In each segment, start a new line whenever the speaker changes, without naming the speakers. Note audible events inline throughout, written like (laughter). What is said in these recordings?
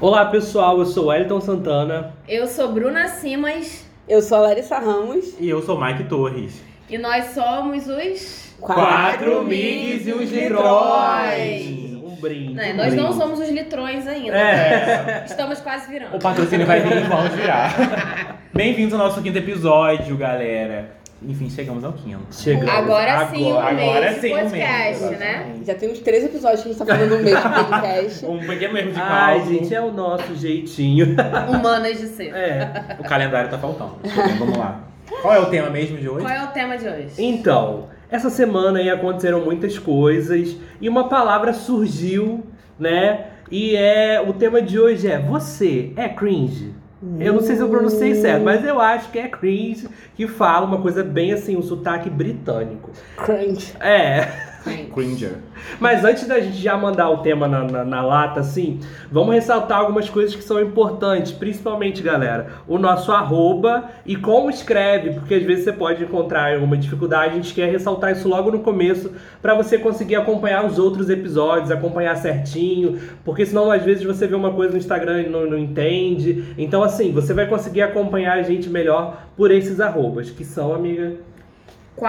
Olá pessoal, eu sou Wellington Santana
Eu sou Bruna Simas
Eu sou a Larissa Ramos.
E eu sou Mike Torres.
e nós somos os.
Quatro
migs
migs
e
e um
uns
os
litrois.
litrois.
um brinde.
Né,
um
nós não
brinde.
somos os litrões ainda.
É.
né? Estamos quase virando.
O patrocínio vai vir e vamos virar. Bem-vindos ao nosso quinto episódio, galera. Enfim, chegamos ao quinto.
Chegamos.
Agora sim, um
Agora-
mês
agora
de
sim, um mês,
podcast, né?
Já tem uns três episódios que a gente tá falando no mesmo podcast.
Um pequeno erro de
(laughs)
cálculo.
Ai, gente, é o nosso
(laughs)
jeitinho.
Humanas de ser.
É.
O calendário tá faltando. Então, vamos lá. Qual é o tema mesmo de hoje?
Qual é o tema de hoje?
Então, essa semana aí aconteceram muitas coisas e uma palavra surgiu, né? E é o tema de hoje é você é cringe. Eu não sei se eu pronunciei
Uh.
certo, mas eu acho que é cringe que fala uma coisa bem assim, um sotaque britânico.
Crunch.
É.
Cringer.
Mas antes da gente já mandar o tema na, na- na lata, assim, vamos ressaltar algumas coisas que são importantes, principalmente, galera, o nosso arroba e como escreve, porque às vezes você pode encontrar alguma dificuldade, a gente quer ressaltar isso logo no começo, pra você conseguir acompanhar os outros episódios, acompanhar certinho, porque senão às vezes você vê uma coisa no Instagram e não, não entende. Então, assim, você vai conseguir acompanhar a gente melhor por esses arrobas, que são, amiga.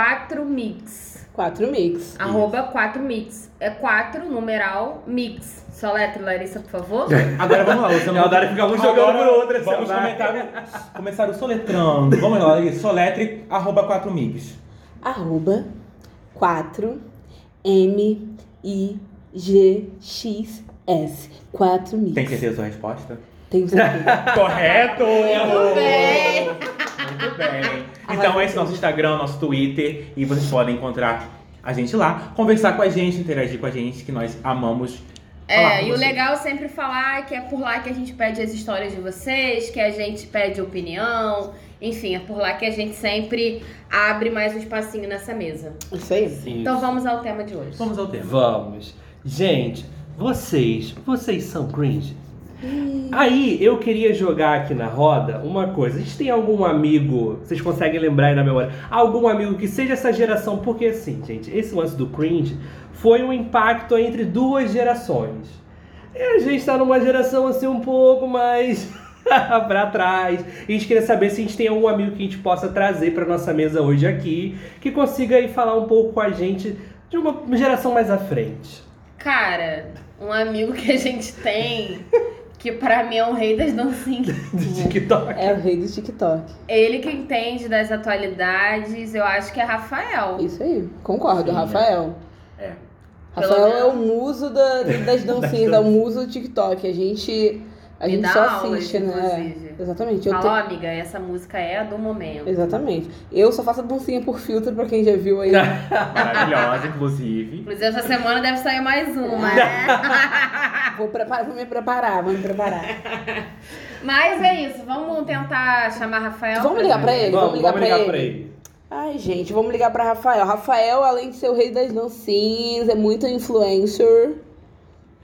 4mix.
Quatro mix.
Arroba 4mix. É 4, numeral, mix. Só letra, Larissa, por favor.
Agora vamos lá, Luciano.
É, o Dário fica um jogando
Agora
pro outro, assim,
Vamos
ó, vai.
comentar, começar o soletrando. Vamos lá, aí, soletre arroba 4 migs.
Arroba 4 M I G X S. Quatro mix.
Tem certeza da sua resposta?
Tenho certeza.
Correto!
Muito bem.
Muito bem. Então esse é nosso Instagram, nosso Twitter e vocês podem encontrar a gente lá, conversar com a gente, interagir com a gente, que nós amamos. falar
É,
com
e o
vocês.
legal é sempre falar que é por lá que a gente pede as histórias de vocês, que a gente pede opinião, enfim, é por lá que a gente sempre abre mais um espacinho nessa mesa.
Isso aí.
Então vamos ao tema de hoje.
Vamos ao tema.
Vamos. Gente, vocês, vocês são cringe? Aí eu queria jogar aqui na roda uma coisa. Vocês têm algum amigo, vocês conseguem lembrar aí na memória, algum amigo que seja essa geração? Porque assim, gente, esse lance do cringe foi um impacto entre duas gerações. E a gente tá numa geração assim um pouco mais (laughs) pra trás. E a gente queria saber se a gente tem algum amigo que a gente possa trazer pra nossa mesa hoje aqui, que consiga aí falar um pouco com a gente de uma geração mais à frente.
Cara, um amigo que a gente tem, que pra mim é um rei das dancinhas,
Do TikTok.
É o rei do TikTok.
ele que entende das atualidades, eu acho que é Rafael.
Isso aí. Concordo,
Sim, né?
Rafael.
É.
Rafael
Pelo
é o muso da- das dancinhas, é o muso do TikTok. A gente, a
Me
gente
dá
só
aulas,
assiste, né?
inclusive.
Exatamente. Eu
Fala,
te-
ó, amiga, essa música é a do momento.
Exatamente. Eu só faço a dancinha por filtro, pra quem já
(laughs)
viu aí.
Maravilhosa, inclusive.
Inclusive, essa semana deve sair mais uma, (laughs) né?
Vou, preparar, vou me preparar, vou me preparar.
Mas é isso, vamos tentar chamar Rafael.
Vamos ligar pra ele? Vamos ligar pra ele?
ele. (laughs)
Ai, gente, vamos ligar pra Rafael. Rafael, além de ser o rei das dancinhas, é muito influencer.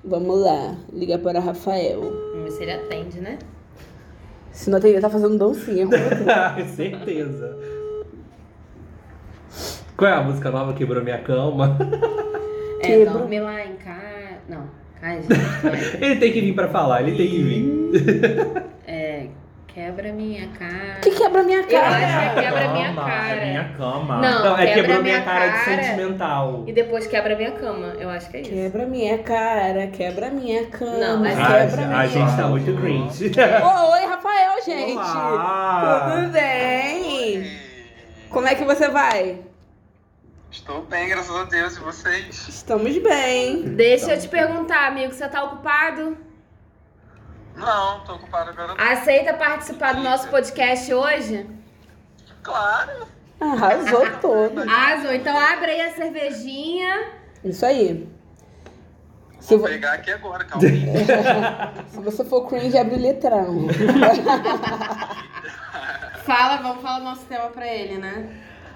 Vamos lá, ligar para Rafael.
Vamos ver se ele atende, né?
Se não atender, tá
(laughs)
fazendo dancinha.
Certeza. Qual é a música nova quebrou minha cama? (laughs)
É,
Quebra.
dorme lá em casa. Não, casa.
(laughs)
gente,
Ele tem que vir pra falar, ele tem que vir.
É, quebra minha cara.
que quebra minha
Eu acho que
cara?
é quebra minha
Cama,
cara.
Minha cama.
Não.
Não, é
quebra
quebrou
minha
minha cara de
cara.
sentimental.
E depois quebra minha cama. Eu acho que é isso.
Quebra minha cara, quebra minha cama.
Não, é mas-
Ai,
quebra
a
minha...
gente tá muito cringe. (laughs)
Ô, oi, Rafael, gente.
Olá.
Tudo bem? Como é que você vai?
Estou bem, graças a Deus, e vocês?
Estamos bem.
Deixa eu te perguntar, amigo, você tá ocupado?
Não, tô ocupado agora. não.
Aceita participar do nosso podcast hoje?
Claro!
Arrasou todo.
Azul, então abre aí a cervejinha.
Isso aí. Se,
Vou
vo-
pegar aqui agora, calma aí.
(laughs)
se você for cringe, abre o letrão.
Fala, vamos falar o nosso tema pra ele, né?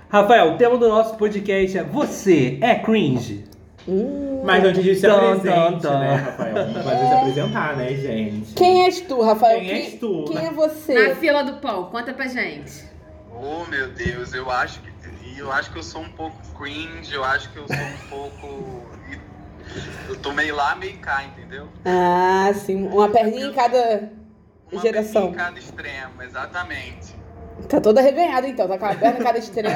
Rafael, o tema do nosso podcast é Você é cringe? (laughs)
Hum.
Mas antes disso, se
Tan,
apresente,
tan,
né,
tan.
Rafael? Fazer se apresentar, né, gente?
Quem és tu, Rafael?
Quem és tu?
Quem é
Na
você?
fila do pão, conta pra gente.
Oh, meu Deus, eu acho que. Ih, Eu acho que eu sou um pouco cringe, eu acho que eu sou um pouco. Eu tô meio lá, meio cá, entendeu?
Ah, sim. Uma perninha em cada.
Uma
Geração.
perninha em cada extremo, exatamente.
Tá toda arreganhada então, tá com a perna em cada extrema.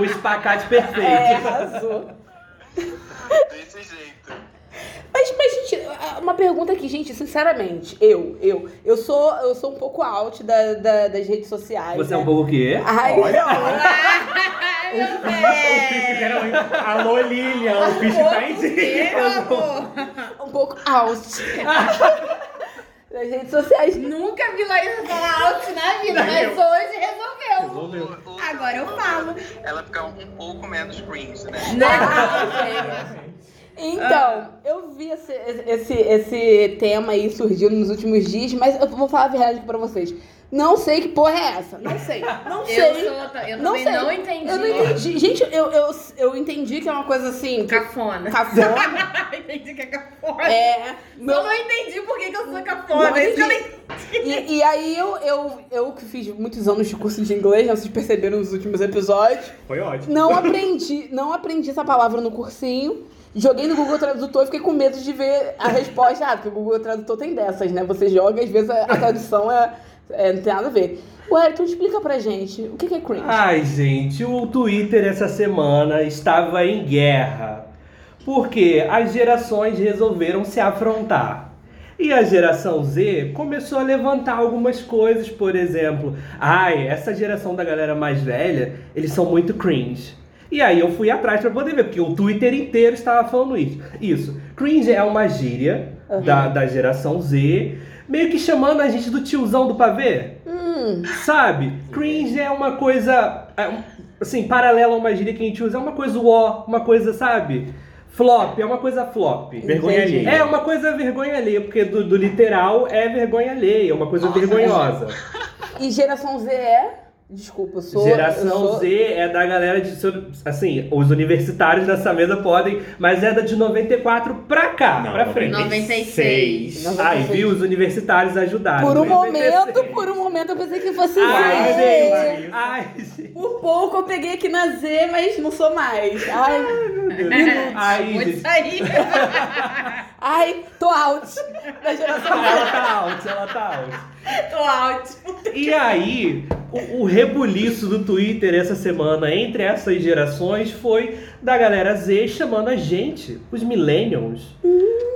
O espacate perfeito.
É, arrasou.
Desse jeito.
Mas, mas, gente, uma pergunta aqui, gente, sinceramente, eu, eu, eu sou, eu sou um pouco out da, da- das redes sociais.
Você é
né?
um pouco o quê?
Ai,
é
não.
Meu
O Fifi geralmente. Alô, Lilian, o Fifi tá em dia.
Deus, meu amor.
um pouco
(laughs)
out. das redes sociais.
Nunca vi Larissa falar alto na vida, mas hoje resolveu.
Resolveu.
O- o-
Agora eu falo.
Ela fica um pouco menos cringe, né?
né?
Então, eu vi esse, esse, esse tema aí surgindo nos últimos dias, mas eu vou falar a verdade aqui pra vocês. Não sei que porra é essa. Não sei. Não sei.
Eu, sou, eu
Não
também
sei.
não entendi.
Eu não entendi. Gente, eu, eu, eu entendi que é uma coisa assim.
Cafona. (laughs)
Cafona.
entendi que é cafona.
É.
Eu
Meu,
não entendi por que, que eu sou
Não
cafona. Isso eu
entendi.
nem-
e, e aí eu, eu, eu que fiz muitos anos de curso de inglês, né, vocês perceberam nos últimos episódios.
Foi ótimo.
Não aprendi, não aprendi essa palavra no cursinho. Joguei no Google Tradutor e fiquei com medo de ver a resposta. Ah, porque o Google Tradutor tem dessas, né? Você joga e às vezes a, a tradução é, é- não tem nada a ver. Ué, então explica pra gente o que, que é cringe.
Ai, gente, o Twitter essa semana estava em guerra. Porque as gerações resolveram se afrontar. E a geração Z começou a levantar algumas coisas, por exemplo, ai, essa geração da galera mais velha, eles são muito cringe. E aí eu fui atrás pra poder ver, porque o Twitter inteiro estava falando isso. Isso. Cringe é uma gíria
Uhum.
da, da geração Z, meio que chamando a gente do tiozão do pavê.
Hum,
Sabe? Cringe é uma coisa. é um- Assim, paralela a uma gíria que a gente usa, é uma coisa ó, uma coisa, sabe? Flop, é uma coisa flop.
Vergonha
Entendi.
alheia.
É uma coisa vergonha alheia, porque do, do literal é vergonha alheia, é uma coisa vergonhosa.
e geração Z é? Desculpa, eu sou. eu
Geração
sou-
Z é da galera de. Assim, os universitários dessa mesa podem, mas é da de 94 pra cá,
Não,
pra frente.
96.
Aí, viu? Os universitários ajudaram.
Por um
96.
momento, por um momento eu pensei que fosse
Ai,
Z.
gente! Ai, gente!
Por pouco eu peguei aqui na Z, mas não sou mais. Ai,
Uhum.
Aí,
Muito
gente.
É. aí.
ai tô out da geração (laughs) Z.
Ela tá alto, ela tá alto.
Tô out.
E aí, o, o rebuliço do Twitter essa semana entre essas gerações foi da galera Z chamando a gente, os millennials.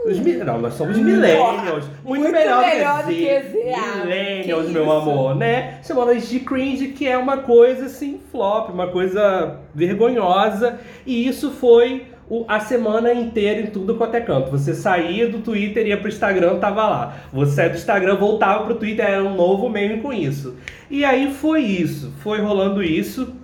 Os mi- não, nós somos millennials. Muito,
Hum. Muito
melhor,
melhor do
que,
que
Z.
Z, ah,
Millennials,
que
é meu
isso.
amor, né? Chamando a gente de cringe, que é uma coisa assim, flop, uma coisa vergonhosa. E isso foi o- a semana inteira em tudo quanto é canto. Você saía do Twitter, ia pro Instagram, tava lá. Você saía do Instagram, voltava pro Twitter, era um novo meme com isso. E aí foi isso, foi rolando isso.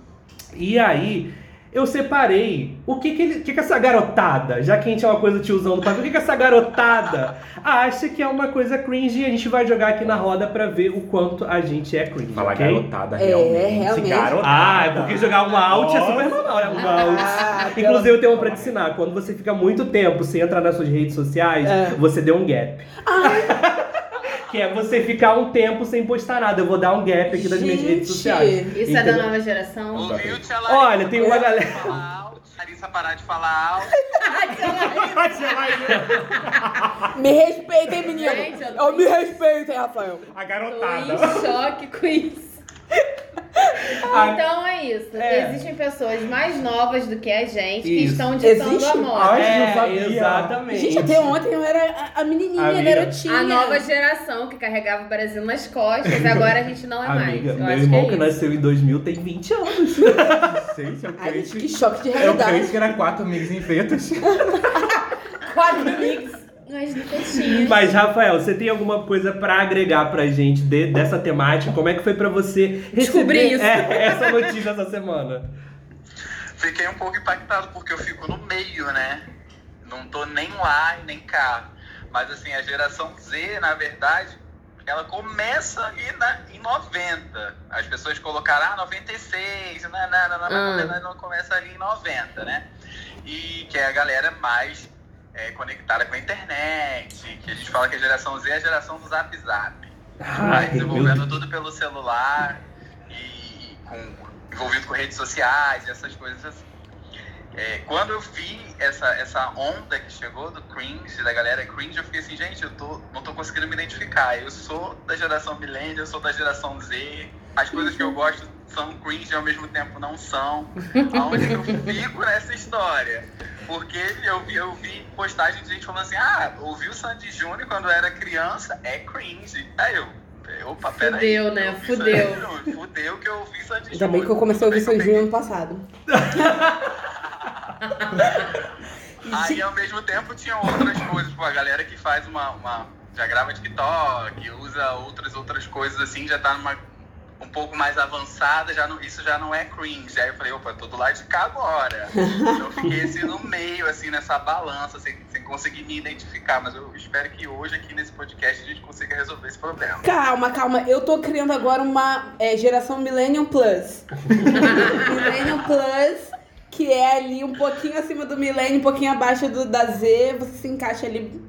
E aí eu separei o que que, ele- o que que essa garotada, já que a gente é uma coisa tiozão do papel, o que que essa
(laughs)
garotada acha que é uma coisa cringe e a gente vai jogar aqui na roda pra ver o quanto a gente é cringe,
Falar
ok?
garotada,
É,
realmente.
realmente.
Garotada.
Ah, é
(laughs)
porque jogar um out é super normal, né? Um out.
Ah, pela-
Inclusive, eu tenho uma pra te ensinar. Quando você fica muito tempo sem entrar nas suas redes sociais,
É.
você deu um gap. (laughs) que é você ficar um tempo sem postar nada. Eu vou dar um
É
gap aqui das minhas redes sociais.
Isso é
Entendeu?
da nova (laughs) geração?
Ouviu, tia Larissa?
Olha, tem uma galera...
parar de falar alto, Larissa parar de falar alto.
Me respeitem, menino.
Gente, eu
eu
tô-
me respeitem, Rafael.
A
Tô
garotada.
em choque com (laughs) isso. Então é isso.
É.
Existem pessoas mais novas do que a gente que
Isso.
estão ditando
Existe?
a moda.
Ai, não sabia.
É, Exatamente.
Gente, até
um
ontem eu era a, a menininha, a
Amiga.
garotinha.
A nova geração que carregava o Brasil nas costas, agora a gente não é
Amiga,
mais. Eu
meu
acho
irmão que,
que é isso.
nasceu em 2000 tem 20 anos.
(laughs) É
Gente, eu
Ai,
creio
gente,
que...
que choque de
Eu creio
realidade.
que era quatro amigos em pretos.
Quatro mix.
Nós nunca
Mas, Rafael, você tem alguma coisa pra agregar pra gente de- dessa temática? Como é que foi pra você receber
Descobrir isso.
é, essa notícia essa semana?
Fiquei um pouco impactado, porque eu fico no meio, né? Não tô nem lá e nem cá. Mas assim, a geração Z, na verdade, ela começa ali na, em 90. As pessoas colocaram, ah, 96, não, não, não, não, mas
Ah.
na verdade não começa ali em 90, né? E que é a galera mais é, conectada com a internet, que a gente fala que a geração Z é a geração do zap zap. Vai
Ai, meu
desenvolvendo
Deus.
tudo pelo celular e com envolvido com redes sociais e essas coisas assim. É, quando eu vi essa, essa onda que chegou do cringe, da galera cringe, eu fiquei assim, gente, eu tô, não tô conseguindo me identificar. Eu sou da geração milênio, eu sou da geração Z. As coisas que
Uhum.
eu gosto são cringe e ao mesmo tempo não são.
(laughs)
Aonde que eu fico nessa história? Porque eu vi, eu vi postagem de gente falando assim, ah, ouvi o Sandy Júnior quando eu era criança, é cringe. Aí eu, opa, peraí.
Fudeu,
eu
né?
ouvi
Fudeu.
Sandy Júnior, Fudeu que eu ouvi Sandy Júnior.
Ainda bem que eu comecei a ouvir
Ainda bem
seu
que eu
Júnior ano (laughs) passado.
Aí ao mesmo tempo tinham outras coisas, tipo, a galera que faz uma. uma- já grava TikTok, usa outras outras coisas assim, já tá numa um pouco mais avançada, já não, isso já não é cringe. Aí eu falei, opa, tô do lado de cá agora. eu fiquei assim no meio, assim, nessa balança, sem, sem conseguir me identificar. Mas eu espero que hoje aqui nesse podcast a gente consiga resolver esse problema.
Calma, calma. Eu tô criando agora uma é, geração Millennium (laughs) Plus. Millennium Plus, que é ali um pouquinho acima do Millennium, um pouquinho abaixo do, da Z. Você se encaixa ali.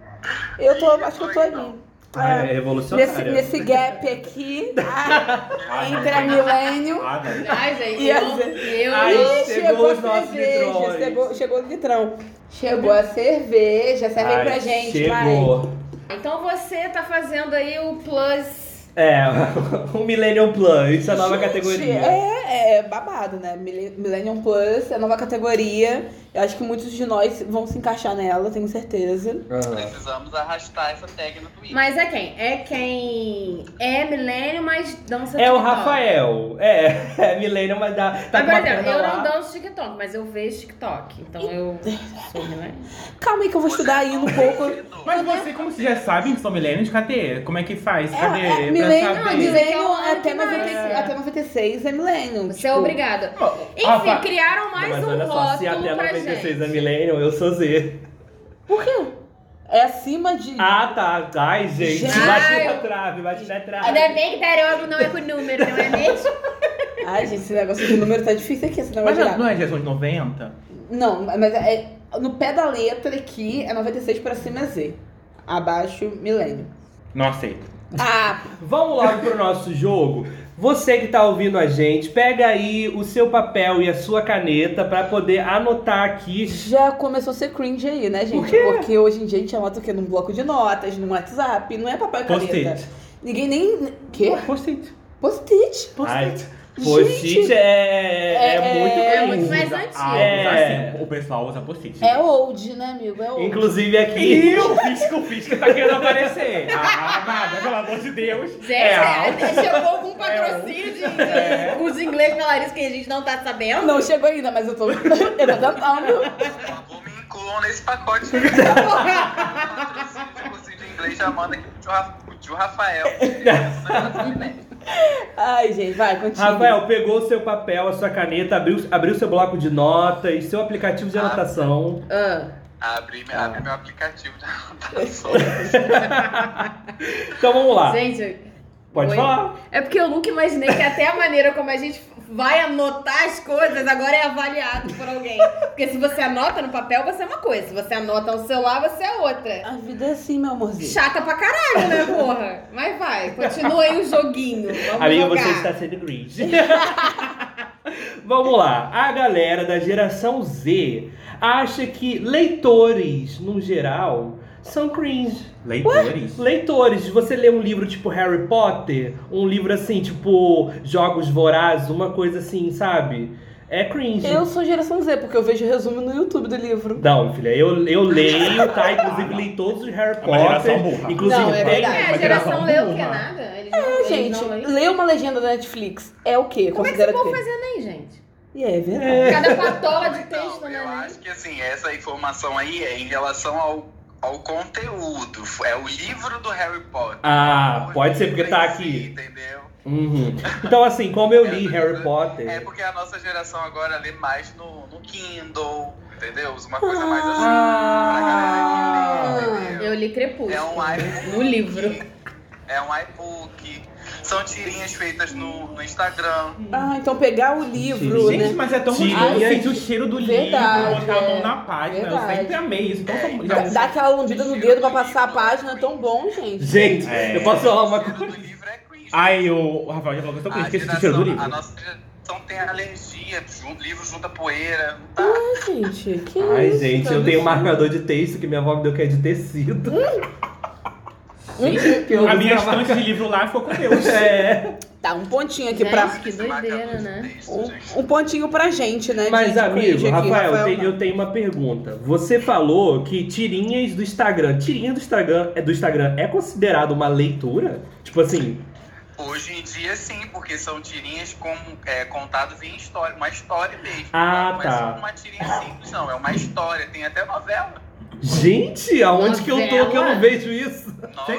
Eu tô, acho que eu tô ali.
Ah, é
É, nesse,
revolucionário.
nesse gap aqui, tá? entre a Millennium
(laughs) Ah, não.
Ai, gente,
E
eu,
essa-
eu
Ai,
Ih,
chegou os nossos litrões.
chegou, chegou o litrão. Chegou a cerveja, serve
Ai,
pra gente, vai.
Chegou.
Então você tá fazendo aí o plus.
É, (laughs) o Millennium Plus, isso é a nova
Gente,
categoria.
É, é babado, né? Mille- Millennium Plus é a nova categoria. Eu acho que muitos de nós vão se encaixar nela, tenho certeza.
Ah.
Precisamos arrastar essa tag no Twitter.
Mas é quem? É quem é milênio, mas dança
É o
TikTok.
Rafael. É, é Millennium, mas dá. Tá
Mas,
com
por
uma
exemplo,
perna
eu
lá.
não danço TikTok, mas eu vejo TikTok. Então eu sou né?
(laughs)
milênio.
Calma aí que eu vou estudar
é
aí um pouco.
Entendi.
Mas você, como vocês já sabem que são milênios, cadê? Como é que faz? Cadê?
É, é,
Pra
milênio,
dizer-
saber.
Porque é
milênio
um
até,
ano que
96,
vai.
até 96 é milênio.
Você
Tipo,
é obrigado. Enfim,
Rafa-
criaram mais
Mas
um
olha
rótulo
só, se até
pra
96 é
gente.
Millennium, eu sou Z.
Por quê? É acima de...
Ah, tá. Ai, gente,
Gente.
bate na trave, bate na trave.
Ainda bem que Darogo não é com número, não é
(laughs)
mesmo?
Ai, gente, esse negócio de número tá difícil aqui, esse negócio
Mas
de
não-
dado.
não é geração de 90?
Não, mas é, no pé da letra aqui é 96 pra cima é Z. Abaixo, milênio.
Não aceito.
Ah,
Vamos logo pro nosso jogo. Você que tá ouvindo a gente, pega aí o seu papel e a sua caneta pra poder anotar aqui.
já começou a ser cringe aí, né, gente?
Por quê?
Porque hoje em dia a gente anota o quê? Num bloco de notas, num WhatsApp, não é papel e caneta.
Post-it.
Ninguém nem. né, Quê?
Post-it.
Post-it.
Ai,
Post-it.
Post-it é, é,
É,
muito
é
bem.
muito mais antigo.
Ah,
É.
assim, o pessoal usa post-it.
É old, né, amigo? É old.
Inclusive aqui.
Ih, o Fisca, o Fisca tá querendo aparecer. Ah, amada, pelo amor de Deus.
Gente,
É,
chegou algum
É
patrocínio de de curso de inglês pra Larissa que a gente não tá sabendo?
Ah, Não chegou ainda, mas eu tô. (laughs) eu tô tentando.
Por favor, me incluam nesse pacote. Eu consigo de inglês, já manda aqui pro tio Ra- pro tio Rafael.
Ai, gente, vai, continua.
Rafael, pegou o seu papel, a sua caneta, abriu, abriu seu bloco de notas, seu aplicativo de
Ah.
anotação.
Ah,
Abre,
Ah.
abre meu aplicativo
(laughs)
de anotação.
Então vamos lá.
gente,
Pode
Oi.
falar.
é porque eu nunca imaginei que até a maneira como a gente vai anotar as coisas agora é avaliado por alguém. Porque se você anota no papel, você é uma coisa. Se você anota no celular, você é outra.
A vida é assim, meu amorzinho.
Chata pra caralho, né, porra? Mas vai, continua aí o joguinho. Vamos
Amiga,
jogar.
você está sendo cringe. (laughs) Vamos lá. A galera da geração Z acha que leitores, no geral, são cringe.
Leitores.
Leitores, você lê um livro tipo Harry Potter, um livro assim, tipo Jogos Vorazes, uma coisa assim, sabe? É cringe.
Eu sou geração Z, porque eu vejo resumo no YouTube do livro.
Não, filha, eu, eu leio, tá? Inclusive li todos os Harry
É uma geração
Potter.
burra.
Inclusive
Não, é
tem-
É,
verdade.
a
Mas
geração
geração
leu o que é
burra.
nada. Eles não,
É,
eles
gente,
não leem.
ler uma legenda da Netflix é o quê?
Como é que esse
Considera
povo
o quê?
fazendo aí, gente?
E é verdade.
Cada patola de texto,
Então,
né?
eu
né?
acho que assim, essa informação aí é em relação ao, ao conteúdo. É o livro do Harry Potter.
Ah, pode ser porque tá
Em si,
aqui.
Entendeu?
Uhum. Então, assim, como eu li Harry Potter.
É porque a nossa geração agora lê mais no, no Kindle, entendeu? Usa uma coisa mais assim pra
Ah!
Ah.
galera que lê, entendeu?
Ah. Eu li Crepúsculo.
É um iPhone.
No livro.
É um iBook. São tirinhas feitas no, no Instagram.
Ah, então pegar o livro,
Gente,
né?
Gente, mas é tão
Sim.
bonito eu
Ai,
sentir o cheiro do
verdade,
livro, botar a
é.
mão na página.
Verdade. É.
Eu sempre amei isso. Então, sou- já-
Dá- Dá aquela lambida no dedo pra passar a página, é tão bom, gente.
Gente,
É.
eu posso falar uma
O cheiro
coisa? Ah,
do livro é cringe.
Ai, o o Rafael já falou que eu sou cringe,
A
esqueci do
geração-
cheiro do livro.
A nossa, geração tem alergia, jun- livro junta poeira. Não tá
Ai, gente, que
Ai,
isso?
gente, eu tenho um marcador de texto que minha avó me deu que é de tecido.
Hum,
Que eu
A minha
uso pra
estante de livro lá ficou
(laughs)
com Deus.
marcar. É.
Tá, um pontinho aqui
Gente,
pra.
que
esse
doideira,
marcador de
né?
texto, gente.
Um, um pontinho pra gente, né?
Mas,
de- de
amigo,
cringe aqui,
Rafael, eu
Rafael
tenho,
não.
eu tenho uma pergunta. Você falou que tirinhas do Instagram. Tirinha do Instagram é, do Instagram é considerado uma leitura? Tipo assim,
Hoje em dia, sim, porque são tirinhas com, é, contadas em história, uma história mesmo.
Ah,
não
tá.
é só uma tirinha simples, não. É uma história, tem até novela.
gente, aonde que eu tô que eu não vejo isso? é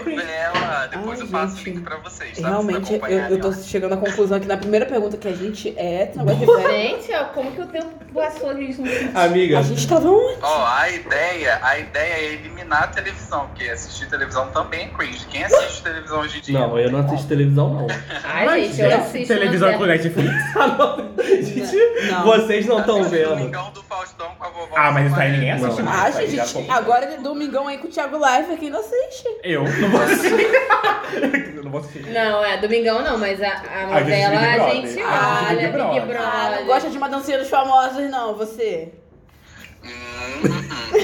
Novela, depois
Ai,
eu passo
gente.
o link pra vocês, tá?
Realmente, eu,
Vocês acompanharem
eu tô
lá.
chegando à conclusão que na primeira pergunta que a gente é, esse negócio de velho.
Gente, ó, como que o tempo passou nisso?
Amiga,
A gente tava um.
Ó, a ideia, a ideia é eliminar a televisão, porque assistir televisão também é cringe. Quem assiste televisão hoje em dia?
não, eu não assisto televisão, não.
Ai, gente, eu assisto. né?
televisão com
novela.
Netflix.
(laughs) gente,
Não.
vocês não estão
Assiste
vendo.
Domingão do Faustão com a vovó.
Ah, mas isso aí ninguém
Não.
assiste. tá
Ah,
Isso aí já
gente,
foi.
agora é domingão aí com o Thiago Live, quem não assiste?
Eu não vou assistir. Eu não vou assistir.
Não, é, domingão não, mas a, a
A gente
novela
Big
a
Brother.
gente
A gente
olha, Big
Big Brother.
Brother.
Ah, não gosta de uma dancinha dos famosos, não, você.
Hum,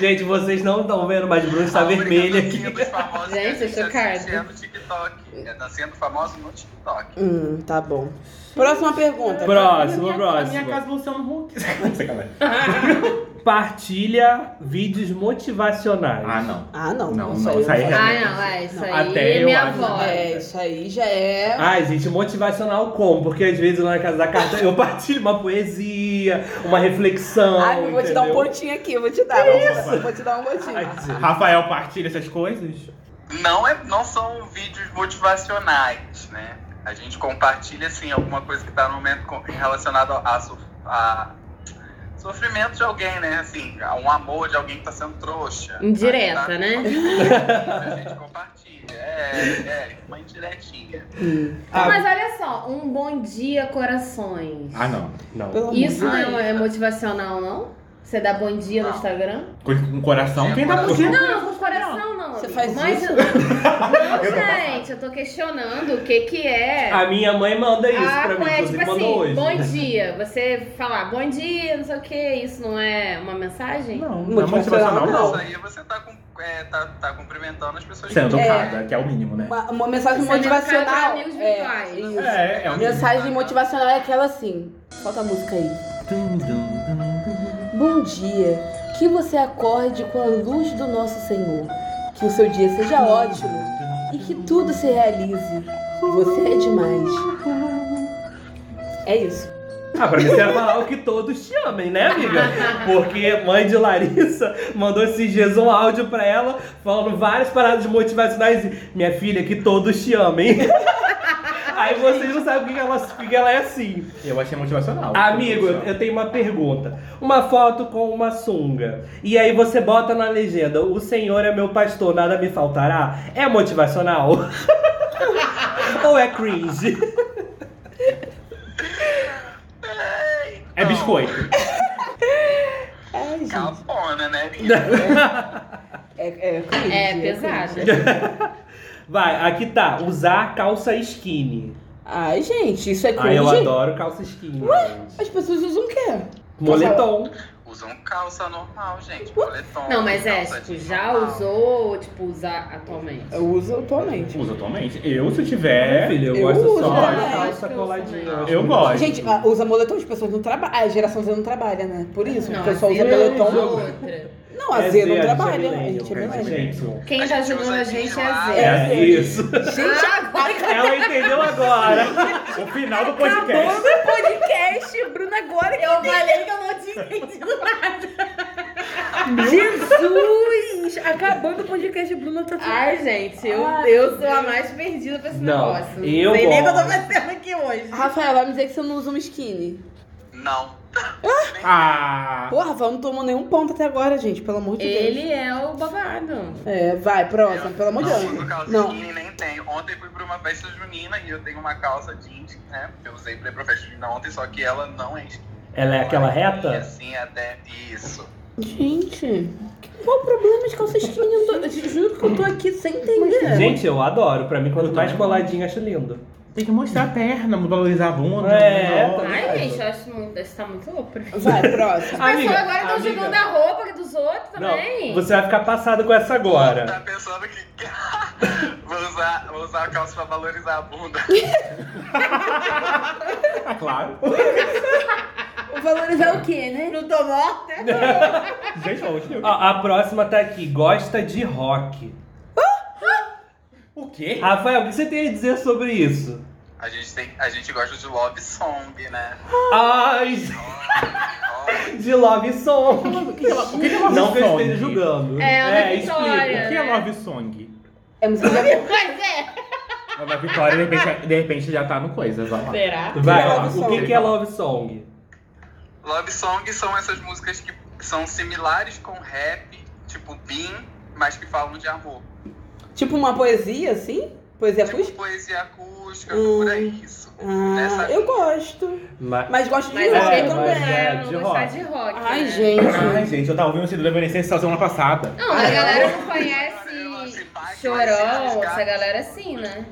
Gente, vocês não estão vendo, mas (laughs) Bruno
Ah,
está
a única
vermelha aqui.
dancinha dos famosos que a
Gente, eu
gente
tô chocada.
assiste é no TikTok. É dancinha do famoso no TikTok.
Hum, tá bom. Próxima pergunta.
Próximo,
A minha
próximo.
casa do
é um
Luciano Huck. Sacanagem.
Partilha vídeos motivacionais.
(laughs) Ah, não.
Ah, não.
Não,
isso
não,
aí
isso aí
eu
é-
Ah, não, é isso aí.
Até eu
minha
acho.
avó.
É, isso aí já é.
Ai, gente, motivacional como? Porque às vezes lá na casa da carta eu partilho uma poesia, uma reflexão.
Ai, eu vou te dar um
entendeu?
pontinho aqui, eu vou te dar. vou, te dar- vou te dar um pontinho.
Ai, gente.
Rafael partilha essas coisas?
Não, é, não são vídeos motivacionais, né? A gente compartilha, assim, alguma coisa que tá no momento com- relacionada a, so- a sofrimento de alguém, né? Assim, a um amor de alguém que tá sendo trouxa.
Indireta,
Aí tá-
né? (laughs)
A gente compartilha. É, é, uma indiretinha.
Hum,
Ah,
Mas olha só, um bom dia, corações.
Ah, não.
não.
pelo amor de
Isso
Deus.
não é motivacional, não? Você dá bom dia no
Não.
Instagram?
Com, com coração? Quem dá
Coração.
motivo?
Não, com coração não.
Você
amigo.
faz
Mas-
isso?
Não, gente, eu tô questionando o que que é.
A minha mãe manda Ah, isso
Ah,
pra mim,
é
inclusive
tipo assim,
mandou hoje.
bom dia. Você falar bom dia, não sei o que, isso não é uma mensagem?
Não, não é
Motivacional,
motivacional,
não.
não.
Isso aí você tá, com- é, tá- tá cumprimentando as pessoas que
Sendo
você
honrada, que é o mínimo, né?
Uma, uma mensagem
Isso é mercado pra
motivacional.
amigos
É,
virtuais.
isso.
É, é o mínimo.
Mensagem motivacional é aquela assim. Solta a música aí.
Dum, dum, dum.
Bom dia, que você acorde com a luz do nosso Senhor, que o seu dia seja ótimo e que tudo se realize. Você é demais. É isso.
Ah, pra mim você é falar o que todos te amem, né, amiga?
(laughs)
Porque mãe de Larissa mandou esses dias um áudio pra ela falando várias paradas motivacionais. e, Minha filha, que todos te amem. (laughs) Aí vocês não sabem o que que ela, o que que ela é assim.
Eu achei motivacional.
Amigo, eu eu tenho uma pergunta. Uma foto com uma sunga. E aí você bota na legenda: O Senhor é meu pastor, nada me faltará. É motivacional? (laughs) Ou é cringe?
É
Então,
biscoito.
Ai, gente.
Capona, né?
É, é, cringe,
(laughs) É
cringe.
pesado.
Vai, aqui tá: usar calça skinny.
Ai, gente, isso é cringe.
Ah, eu adoro calça skinny. gente.
As pessoas usam o quê?
Moletom.
Usam um calça normal, gente. Moletom.
Uh! Não, mas é,
calça
tipo,
jeans
já
normal.
usou, tipo, usar atualmente?
Eu uso atualmente.
Uso atualmente. Eu, se tiver.
Filho, eu,
Eu
gosto
uso,
só
né?
de calça
Eu
coladinha.
também.
acho
É? Eu
muito
gosto.
bom.
Gente, ah, usa moletom, as pessoas não trabalham. A geração Z não trabalha, né? Por isso,
Não,
porque eu só
a
usa
Zê
então. moletom.
é outra.
Não, a
É
Z
a
não
gente é
um trabalha. A
millennial,
gente é
cara,
verdade.
gente.
Quem
A
tá
gente
ajudando
usa
a gente é a
demais.
Zé.
É isso.
Gente, agora que
Ela entendeu agora.
O final do podcast.
no podcast, Bruna, agora que eu
falei que eu não tinha entendido nada.
Jesus! Acabando o podcast, Bruna tá Ah,
Ai, gente, eu,
Ai,
eu sou a mais perdida pra esse
Não,
negócio.
eu
Sei nem o que eu tô
gosto.
fazendo aqui hoje.
Rafael, vai me dizer que você não usa uma skinny.
Não.
Ah.
Pô, Rafael, não tomou nenhum ponto até agora, gente, pelo amor de Deus.
Ele é o babado.
É, vai, próximo, pelo amor de
não uso
Deus.
calça
Não.
skinny, nem tenho. Ontem fui pra uma festa junina e eu tenho uma calça jeans, né? Que eu usei pra ir pra festa junina ontem, só que ela não é skinny.
Ela é aquela
Ela
reta?
Assim, até isso.
(laughs) Gente, qual o problema de calça skinny? Eu, tô- eu te juro que eu tô aqui sem entender.
É.
Gente, eu adoro. Pra mim, quanto mais coladinho, acho lindo.
Tem que mostrar a perna, valorizar a bunda.
É,
né?
Ai, gente, eu acho muito. Isso tá muito louco pra mim.
Vai, próximo.
As pessoas
Amiga,
agora estão
amiga.
jogando a roupa dos outros também.
Não, você vai ficar passado com essa
Tá
agora.
pensando que (laughs) vou, usar, vou usar a calça pra valorizar a bunda.
Ah, claro.
Ah,
Valorizar o quê, né? Não tô morta.
gente, ó, hoje eu-
Ó, a próxima tá aqui. Gosta de rock.
O quê?
Rafael, o que você tem a dizer sobre isso?
A gente, tem, a gente gosta de love song, né?
Ai, (laughs)
Love,
de love song.
O que é lo- o que é love
Não que eu
song?
esteja julgando.
É, Ana
explica.
Vitória.
O que é love song?
É música de amor.
Pois é.
A Vitória, de repente, de repente, já tá no coisa. Vai lá.
Será?
Vai,
Love
o
song.
que, que é love song?
love song são essas músicas que são similares com rap, tipo Bean, mas que falam de amor.
Tipo uma poesia, assim? Poesia
Tipo
acústica?
poesia acústica,
Hum.
por aí, isso.
Ah, eu gosto.
Ma-
Mas gosto de
Mas
É,
rock
alguém não
mas
também.
é
não
de
gostar
rock.
de rock.
Ai,
né?
gente.
Ai, gente, eu tava ouvindo o Cido Evanescence só semana passada.
Não, a
Ai,
galera não
Agora
conhece
esse Mike vai ser
chorão,
rasgado.
essa galera sim, né?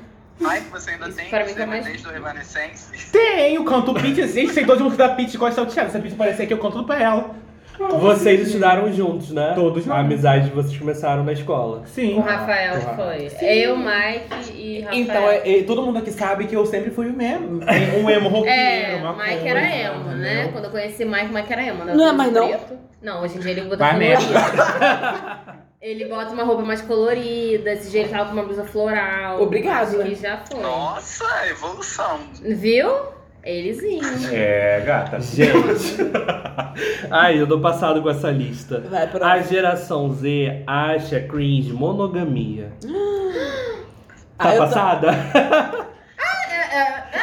Ai, você ainda
Isso
tem
pra
os
mim tá mais-
DVDs do Remanescence?
Tem, o canto Pete, gente, tem dois músicos da Pete gosta de salteado. Se a Pete aparecer aqui, eu canto pra ela.
Vocês estudaram juntos, né?
Todos
A
nós.
amizade de vocês começaram na escola.
Sim.
O Rafael
Ah,
foi. É Eu, Mike e Rafael.
Então, é, é, todo mundo aqui sabe que eu sempre fui o mesmo. Um emo roqueiro,
É,
uma
Mike
coisa,
era emo, né?
entendeu?
Quando eu conheci Mike, Mike era emo. né?
Não é mais não?
Preto. Não, hoje em dia ele bota
Vai merda.
Ele bota uma roupa mais colorida, esse jeito tava com uma blusa floral.
Obrigado,
Acho
né?
que já foi.
Nossa, evolução.
Viu? Elezinho.
É, gata.
Gente. (laughs) Ai, eu tô passado com essa lista.
Vai,
A
próximo.
geração Z acha cringe monogamia. Tá
Ah, eu tô-
passada?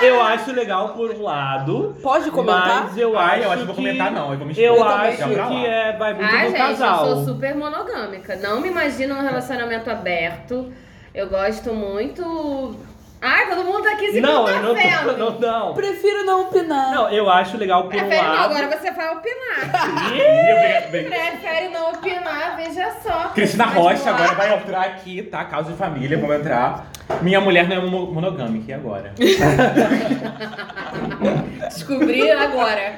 eu acho legal por um lado,
Pode comentar?
mas eu
Ai,
acho
Ah, eu acho que vou comentar não, eu vou me
Eu,
Eu também
acho
acho.
que é, vai muito
Ah,
do
gente,
casal.
eu sou super monogâmica. Não me imagino um relacionamento aberto. Eu gosto muito. Ai, todo mundo tá aqui se
não, eu não,
contorcendo.
tô, não, não.
Prefiro não opinar.
Não, eu acho legal por um
Prefere não,
lado.
agora você vai opinar. Prefere não opinar, veja só.
Cristina
Mas
Rocha
vamos lá.
agora vai entrar aqui, tá? Causa de família, vamos entrar. Minha mulher não é mo- monogâmica, e agora?
Descobri agora.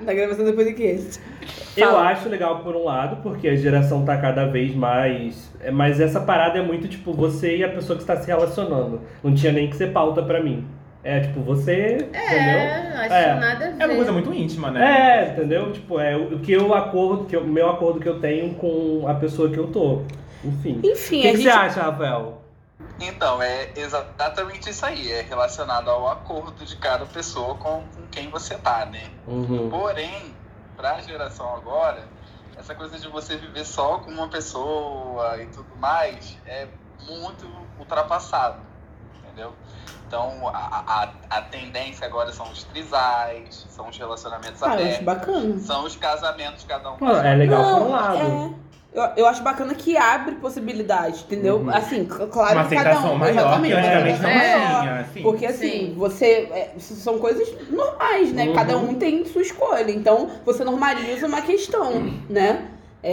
Na gravação Tá do podcast.
Eu
Fala.
acho legal por um lado, porque a geração tá cada vez mais. é, Mas essa parada é muito tipo você e a pessoa que está se relacionando. Não tinha nem que ser pauta pra mim. É tipo você, entendeu?
É, acho
É.
nada a ver.
É uma coisa muito íntima, né?
É, entendeu? Tipo, é o o que eu acordo, que eu- o meu acordo que eu tenho com a pessoa que eu tô. Enfim. O
Enfim,
que,
a
que
gente.
você acha, Rafael?
Então, é exatamente isso aí. É relacionado ao acordo de cada pessoa com, com quem você tá, né?
Uhum.
Porém, pra geração agora, essa coisa de você viver só com uma pessoa e tudo mais é muito ultrapassado, entendeu? Então, a, a, a tendência agora são os trisais, são os relacionamentos
Ah, eu acho
abertos,
bacana.
são os casamentos, cada um com
Pô, É legal
Não,
por um lado.
É. Eu, eu acho bacana que abre possibilidades, entendeu?
Uhum.
Assim, c- claro
Uma
que cada
aceitação
um.
maior, que
exatamente,
antigamente não
É.
tinha, assim.
Porque assim,
Sim.
você. é, isso são coisas normais, né?
Uhum.
Cada um tem sua escolha. Então, você normaliza uma questão, né? É,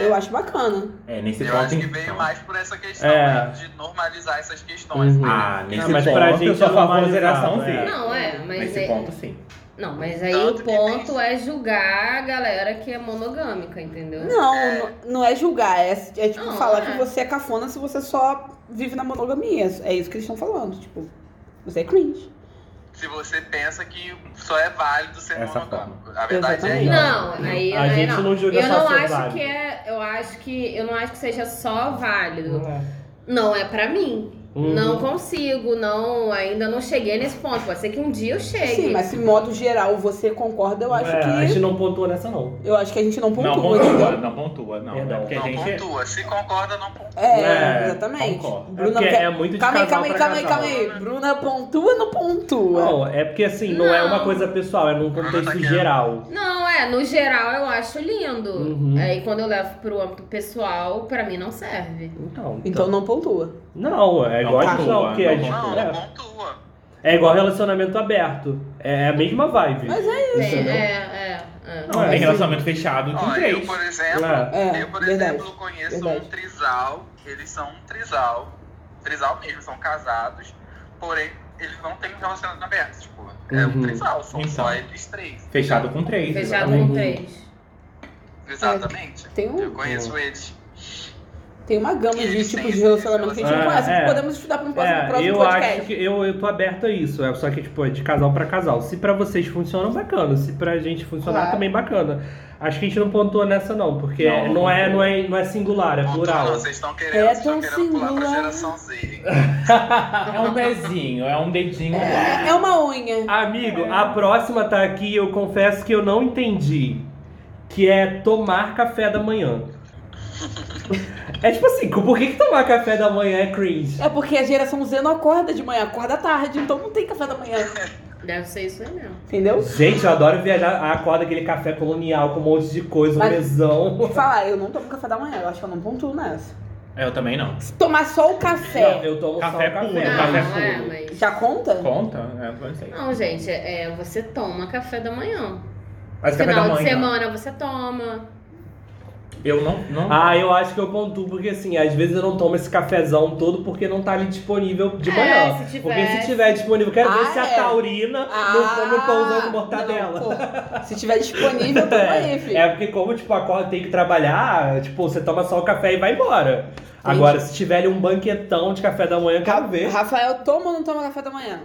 é, eu acho bacana.
É, nesse
Eu
ponto...
acho que
então.
veio mais por essa questão
É.
né, de normalizar essas questões.
Uhum.
Ah, nesse
Ah, mas
ponto,
pra
eu
gente
sou a
é
favor da
normalizado,
geração Z.
é.
Não, é, mas.
Nesse
É...
ponto, sim.
Não, mas aí
Tanto
o
que
ponto
tem-
é julgar a galera que é monogâmica, entendeu?
Não, n- não é julgar. É, é tipo
Não,
falar
é.
que você é cafona se você só vive na monogamia. É isso que eles estão falando. Tipo, você é cringe.
Se você pensa que só é válido ser
Essa
monogâmico. A verdade é
Exatamente.
isso.
Não, aí
A
aí
gente não julga
eu
só
não
ser
acho
válido.
que é, eu acho que eu não acho que seja só válido.
É.
Não é pra mim.
Uhum.
Não consigo, não, ainda não cheguei nesse ponto. Pode ser que um dia eu
É
chegue.
Sim, mas se modo geral você concorda, eu acho
É, A
que.
gente não pontuou nessa, não.
Eu acho que a gente não pontua.
Não pontua,
entendeu?
não pontua, não.
Perdão.
É porque a
Não
gente...
pontua. Se concorda, não pontua.
É,
É,
exatamente.
concordo.
É porque é muito de
Calma aí,
casal
calma aí,
pra
calma aí,
casal. né?
calma aí. Bruna pontua ou não pontua?
Não, é porque assim, não, é uma
Não.
coisa pessoal, é
Ah, tá
num contexto geral.
Não, é, no geral eu acho lindo.
Uhum.
Aí quando eu levo pro âmbito pessoal, pra mim não serve.
Então,
Então não pontua.
Não, é
Não
igual
tá.
isso não, que é,
Não, tá
tipo,
Não,
é-
não pontua.
é igual relacionamento aberto. É a mesma vibe. né?
Mas é
É,
Entendeu?
é, é.
Não,
É,
tem
assim-
relacionamento fechado com
Ó, eu,
três.
por exemplo,
É.
É,
eu, por
verdade,
exemplo, conheço
verdade.
um trisal. Eles são um trisal. Trisal mesmo, são casados. Porém, eles não têm um relacionamento aberto, tipo, é
Uhum.
um trisal, são só
Então.
eles três.
Fechado com três.
Fechado
exatamente.
com
Uhum.
três.
É.
Exatamente.
Tem um-
Eu conheço eles.
Tem uma gama de
Eles têm
tipos de
esse
relacionamento que a gente não
relacionamento.
conhece,
Ah,
que
é.
podemos estudar para um próximo,
É,
próximo
eu
podcast.
acho que eu, eu tô aberto a isso. É só que, tipo, é de casal pra casal. Se pra vocês funciona, bacana. Se pra gente funcionar,
Claro.
também bacana. Acho que a gente não pontuou nessa, não, porque
Não,
não,
não
é,
pontuou.
não, é, não é singular, é
Não,
(laughs) plural.
vocês estão querendo,
É
vocês estão
tão
querendo pular pra
singular.
geração Z. hein?
É um pezinho, é um dedinho lá.
É, é uma unha.
Amigo, a próxima tá aqui e eu confesso que eu não entendi. Que é tomar café da manhã. é tipo assim, por que, que tomar café da manhã é cringe?
É porque a geração Z não acorda de manhã, acorda à tarde, então não tem café da manhã,
Deve ser isso aí mesmo.
entendeu?
Gente, eu adoro viajar, ah, acorda aquele café colonial com um monte de coisa, um
Mas-
mesão.
Vou falar, eu não tomo café da manhã, eu acho que eu não pontuo nessa.
Eu também não.
Se tomar só o
Não,
café,
eu tomo
Café
só o
puro,
café.
café
não, é,
puro.
mas...
já conta?
Conta? É, eu não sei.
Não, gente, é, é, você toma café da manhã.
Mas café da
Final de
manhã.
semana você toma.
Eu não. não...
Ah, eu acho que eu pontuo, porque assim, às vezes eu não tomo esse cafezão todo porque não tá ali disponível de
É,
manhã.
se tivesse.
Porque se tiver disponível, quero ver
Ah,
se a
é.
taurina não come um pãozão com mortadela.
Ah, não, pô. se tiver disponível, toma aí,
(laughs)
filho.
É porque como, tipo, acorda tem que trabalhar, tipo, você toma só o café e vai embora. Agora, se tiver ali um banquetão de café da manhã, eu quero ver.
Rafael, toma ou não toma café da manhã?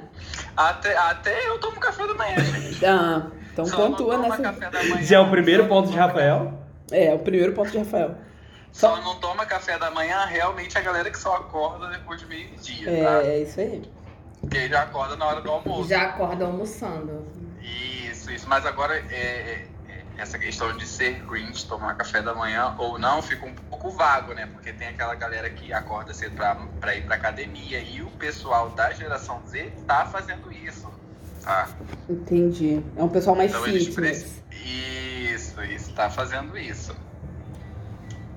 Até, até eu tomo café da manhã, gente.
Ah, então
Só
pontua
não toma
nessa.
café da manhã.
Já é o primeiro ponto de Rafael.
É, o primeiro ponto de Rafael.
Só não toma café da manhã realmente a galera que só acorda depois de meio-dia, tá?
É, é isso aí.
Porque já acorda na hora do almoço.
Já acorda almoçando.
Isso, isso. Mas agora é, é, é, essa questão de ser cringe, tomar café da manhã ou não, fica um pouco vago, né? Porque tem aquela galera que acorda cedo pra, pra ir pra academia e o pessoal da geração Z tá fazendo isso. Tá?
Entendi. É um pessoal mais
Então eles
fitness.
Isso, isso, tá fazendo isso.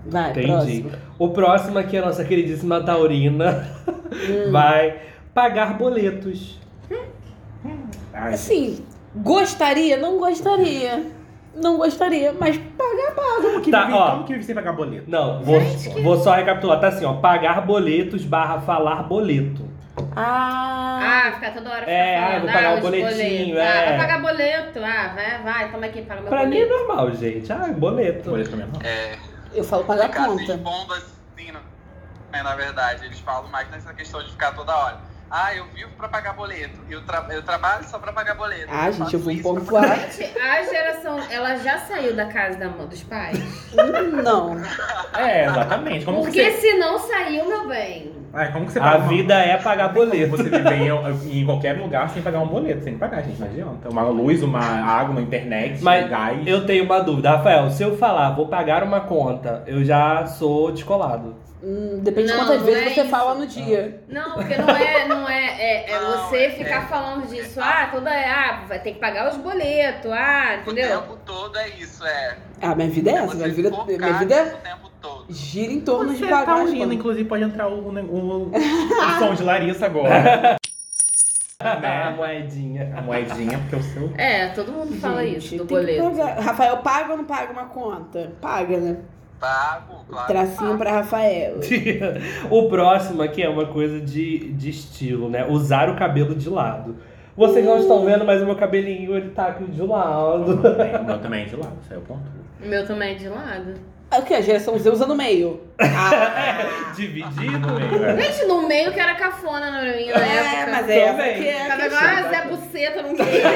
Vai,
Entendi.
próximo.
O próximo aqui é a nossa queridíssima Taurina.
Hum.
Vai pagar boletos.
Ai,
Assim, gostaria? Não gostaria. Não gostaria, mas pagar paga.
como que
Tá,
vive,
ó.
como que vive sem pagar boleto?
Não, vou, vou só recapitular. Tá assim, ó. Pagar boletos barra falar boleto.
Ah,
Ah, ficar toda hora ficar
É, ah,
falando,
vou pagar o
os
boletinho,
boletos.
é.
Ah, vai pagar boleto. Ah, vai, vai, toma aqui, paga meu
Pra mim é
boleto.
normal, gente. Ah, boleto.
Boleto também não.
É,
eu falo pagar
ficar se
conta.
expondo assim, não. É, na verdade, eles falam mais nessa questão de ficar toda hora. Ah, eu vivo pra pagar boleto. Eu, tra- eu trabalho só pra pagar boleto.
Ah, gente,
faço
eu vou
isso pra
pontuar.
Gente, a geração, ela já saiu da casa da mão dos pais?
Hum, Não.
É, exatamente. Como que
Porque
você.
se não saiu, meu bem.
É, como que você
A
paga uma-
vida é pagar boleto.
Você vive em, em qualquer lugar sem pagar um boleto, sem pagar, gente, não adianta. Uma luz, uma água, uma internet,
Mas
um gás.
Eu tenho uma dúvida, Rafael. Se eu falar, vou pagar uma conta, eu já sou descolado.
Hum, depende de
Não,
quantas
não
vezes
é
você
isso.
fala no dia.
Não, porque não é, não é, é, é
Não,
você
é-
ficar
é.
falando disso. Ah, toda, ah, vai ter que pagar os boletos, ah,
O
entendeu?
tempo todo é isso, é.
Ah, minha vida é essa.
você tá
Minha vida,
focar
minha vida é
nisso o tempo todo.
gira em torno
tá
de pagar. as contas.
é inclusive pode entrar o, som de Larissa (laughs) agora. É.
Ah, moedinha.
Né?
(laughs)
A moedinha, porque o seu.
É, todo mundo fala isso, do
tem que
boleto.
pagar. Rafael, paga ou não paga uma conta? Paga, né?
Pago, claro.
Tracinho pra Rafael.
o próximo aqui é uma coisa de, de estilo, né? Usar o cabelo de lado. Vocês não estão vendo, mas o meu cabelinho ele tá aqui de
(laughs)
lado.
O meu também é de lado, saiu ponto.
O meu também é de lado.
O que? A geração Z usa no meio. Ah,
Dividido.
No meio, é.
Gente, no meio que era cafona na minha
é,
época.
mas é essa
Também.
que é a
Ficava
questão.
igual a Zé Buceta não queria.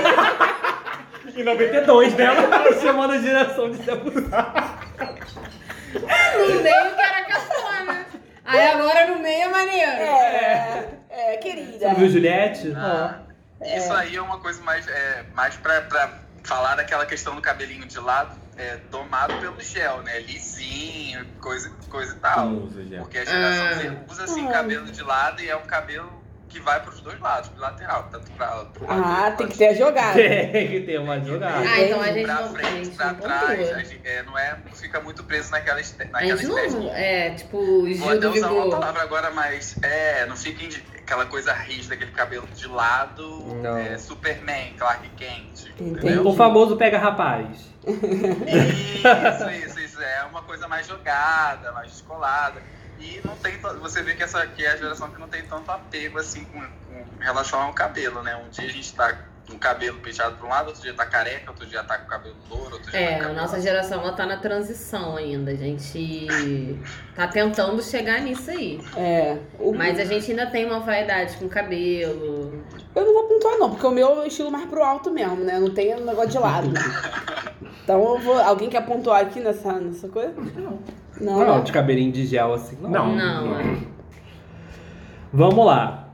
Em 92,
(laughs)
né?
Chamando a geração de Zé
No meio que era cafona. Aí agora no meio é maneiro.
É, é, querida.
Viu, Juliette?
Ah, Isso aí é uma coisa mais, é, mais pra, pra falar daquela questão do cabelinho de lado, é, domado pelo gel, né? Lisinho, coisa, coisa e tal.
Não uso, já.
Porque a geração
Ah.
Z usa assim
Ai.
cabelo de lado e é um cabelo que vai pros dois lados, pro lateral, tanto pra, pro lado
Ah,
direito,
tem que ter a jogada.
Tem que ter uma jogada.
Ah, então a gente
pra
não, a
frente,
gente
pra
não
trás, a
pontua.
gente, é, não é, não fica muito preso naquela, este-
A
naquela
gente
estética.
não, é, tipo,
Vou
Gil
até
do
usar uma
Vigor.
palavra agora, mas é, não fica indi- aquela coisa rígida, aquele cabelo de lado,
Não.
é, Superman, Clark Kent,
Entendi.
entendeu?
O famoso pega rapaz.
Isso, isso, isso, é uma coisa mais jogada, mais descolada. E não tem, t- você vê que essa aqui é a geração que não tem tanto apego assim com, com relação ao cabelo, né? Um dia a gente tá com o cabelo penteado pra um lado, outro dia tá careca, outro dia tá com o cabelo louro, outro dia tá com
É,
o
a
cabelo
nossa geração ela tá na transição ainda. A gente tá tentando chegar nisso aí.
É. O-
Mas a gente ainda tem uma vaidade com cabelo.
Eu não vou pontuar, não, porque o meu é um estilo mais pro alto mesmo, né? Não tem negócio de lado. então eu vou. Alguém quer pontuar aqui nessa, nessa coisa? Não.
Não,
Não,
de cabelinho de gel assim.
Não.
Não, é.
Vamos lá.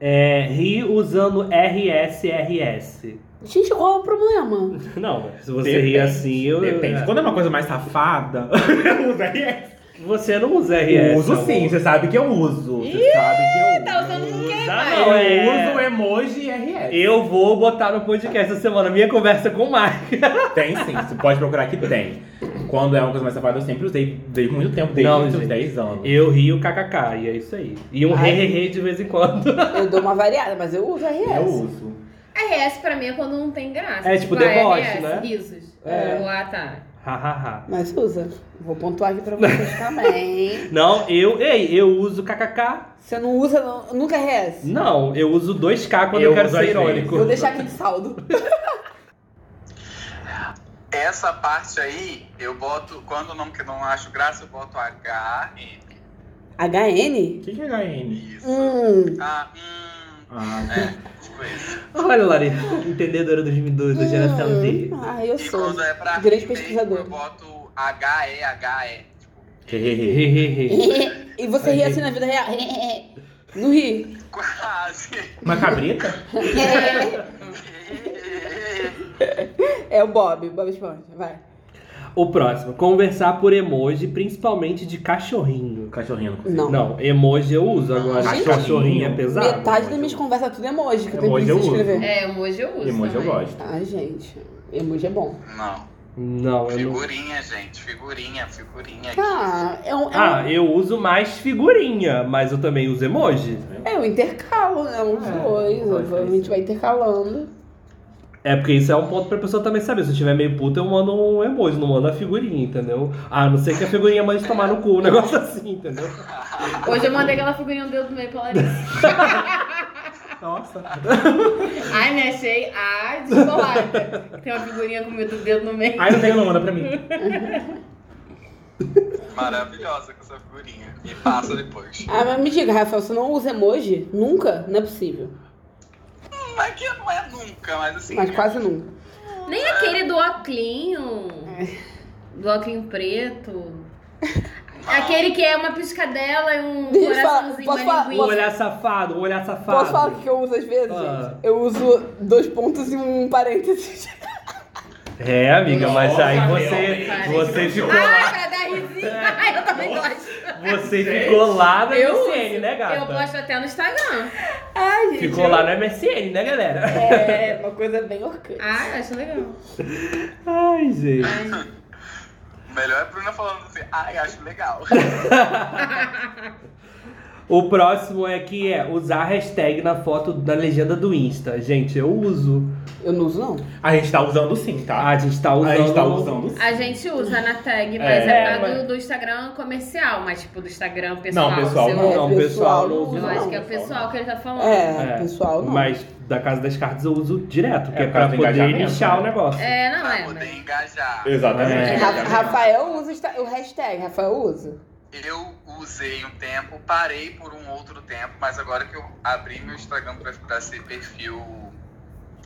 É, ri usando RSRS.
Gente, qual é o problema?
Não, se você
Depende.
rir assim, eu.
Depende. Quando é uma coisa mais safada, (laughs) eu uso RS.
Você não é, usa RS.
Eu uso
amor.
sim, você sabe que eu uso. Você sabe que eu
tá
uso.
usando
Usa
ninguém
não,
mais.
Eu
é-
uso emoji RS.
Eu vou botar no podcast essa semana minha conversa com o Mark.
Tem sim, você pode procurar que tem. Quando é uma coisa mais safada, eu sempre usei desde muito tempo, desde
Não,
os
gente.
10 anos.
Eu rio kkk, e é isso aí. E um
Ai.
re-re-re de vez em quando. (laughs)
Eu dou uma variada, mas eu uso RS.
Eu uso.
RS pra mim é quando não tem graça.
É, tipo
ah,
deboche,
RS,
né?
Risos.
É.
Ah, tá.
Hahaha.
Mas usa. Vou pontuar aqui pra vocês também.
não, eu. Ei, eu uso kkk.
Você não usa, não- nunca é RS?
Não, eu uso 2k quando eu,
Eu
quero
uso
ser
às vezes.
irônico.
Vou deixar aqui de saldo.
Essa parte aí, eu boto, quando não, que não acho graça, eu boto H, e
O
HN?
que que é HN?
isso.
Hum.
Ah, hum,
(laughs)
Ah,
é, tipo isso.
Olha, Lari, entendedora 2012, da geração Z.
Hum. Ah, eu
E
sou.
quando é pra
grande
rir mesmo,
pesquisador.
eu boto H-E, H-E. Tipo,
que-
Re-re-re.
(laughs) e você ri assim na vida real? Não ri.
quase.
Uma cabrita?
É o Bob, Bob Esponja, vai.
O próximo, conversar por emoji, principalmente de cachorrinho.
Cachorrinho, não consigo.
Não.
Não, emoji eu uso agora.
Gente,
cachorrinho é pesado.
Metade das minhas conversas tudo é emoji, que eu tenho preguiça
Emoji
de
eu uso.
escrever.
É, emoji eu uso.
Emoji eu
também.
gosto.
Ai, gente, emoji é bom.
Não,
Não, eu não.
figurinha, gente, figurinha, figurinha.
Ah, é um, é um,
Ah, eu uso mais figurinha, mas eu também uso emoji.
é um intercalo, né? Uns
É,
dois,
dois,
a gente vai intercalando.
É porque isso é um ponto pra pessoa também saber. Se eu tiver meio puto, eu mando um emoji, não mando a figurinha, entendeu? A não ser que a figurinha mande tomar no cu, um negócio (laughs) assim, entendeu?
Hoje eu mandei aquela figurinha do dedo do meio pra Larissa.
Nossa.
Ai, me achei a descolada. Tem uma figurinha com o meu dedo no meio.
Ai, não tem, não manda pra mim.
Maravilhosa com essa figurinha. Me passa depois.
Ah, mas me diga, Rafael, você não usa emoji? Nunca? Não é possível.
Não é que não é nunca, mas assim.
Mas quase nunca.
Nem aquele do oclinho. Do oclinho preto. Aquele que é uma piscadela e um
Deixa eu falar,
coraçãozinho,
posso
uma
falar?
Um
linguinha.
olhar safado, um olhar safado.
Posso falar o que eu uso às vezes,
Ah.
gente? Eu uso dois pontos e um parênteses.
É, amiga, mas aí você,
realmente.
você ficou lá.
Ai, pra dar risinho.
É.
Ai, eu também gosto.
Você ficou lá
Tá
no
Eu
MSN,
uso.
né, gata?
Eu posto até no Instagram.
(laughs) Ai, gente.
Ficou lá no MSN, né, galera?
É, uma coisa bem orcante.
Ai, eu acho legal.
Ai, gente.
Ai.
Melhor é a Bruna falando assim, ai, acho legal.
O próximo é que é usar a hashtag na foto da legenda do Insta. Gente, eu uso.
Eu não uso, não.
A gente tá usando sim, tá?
A gente tá usando.
A gente tá usando sim.
A gente usa na tag, mas
É,
é, pra
mas-
do, do Instagram comercial, mas tipo do Instagram pessoal.
pessoal
seu.
Não,
É,
o pessoal
pessoal,
não usa.
Eu
não.
não.
acho que é o pessoal que ele tá falando.
É, pessoal, não.
Mas da Casa das Cartas eu uso direto, porque
É,
é,
por
pra
causa do
poder
engajamento,
inchar
né?
o negócio.
É, não
pra
é.
poder
mas-
engajar.
É.
Exatamente.
Ra- Rafael usa o sta- o hashtag, Rafael usa.
Eu usei um tempo, parei por um outro tempo, mas agora que eu abri meu Instagram pra, pra ser perfil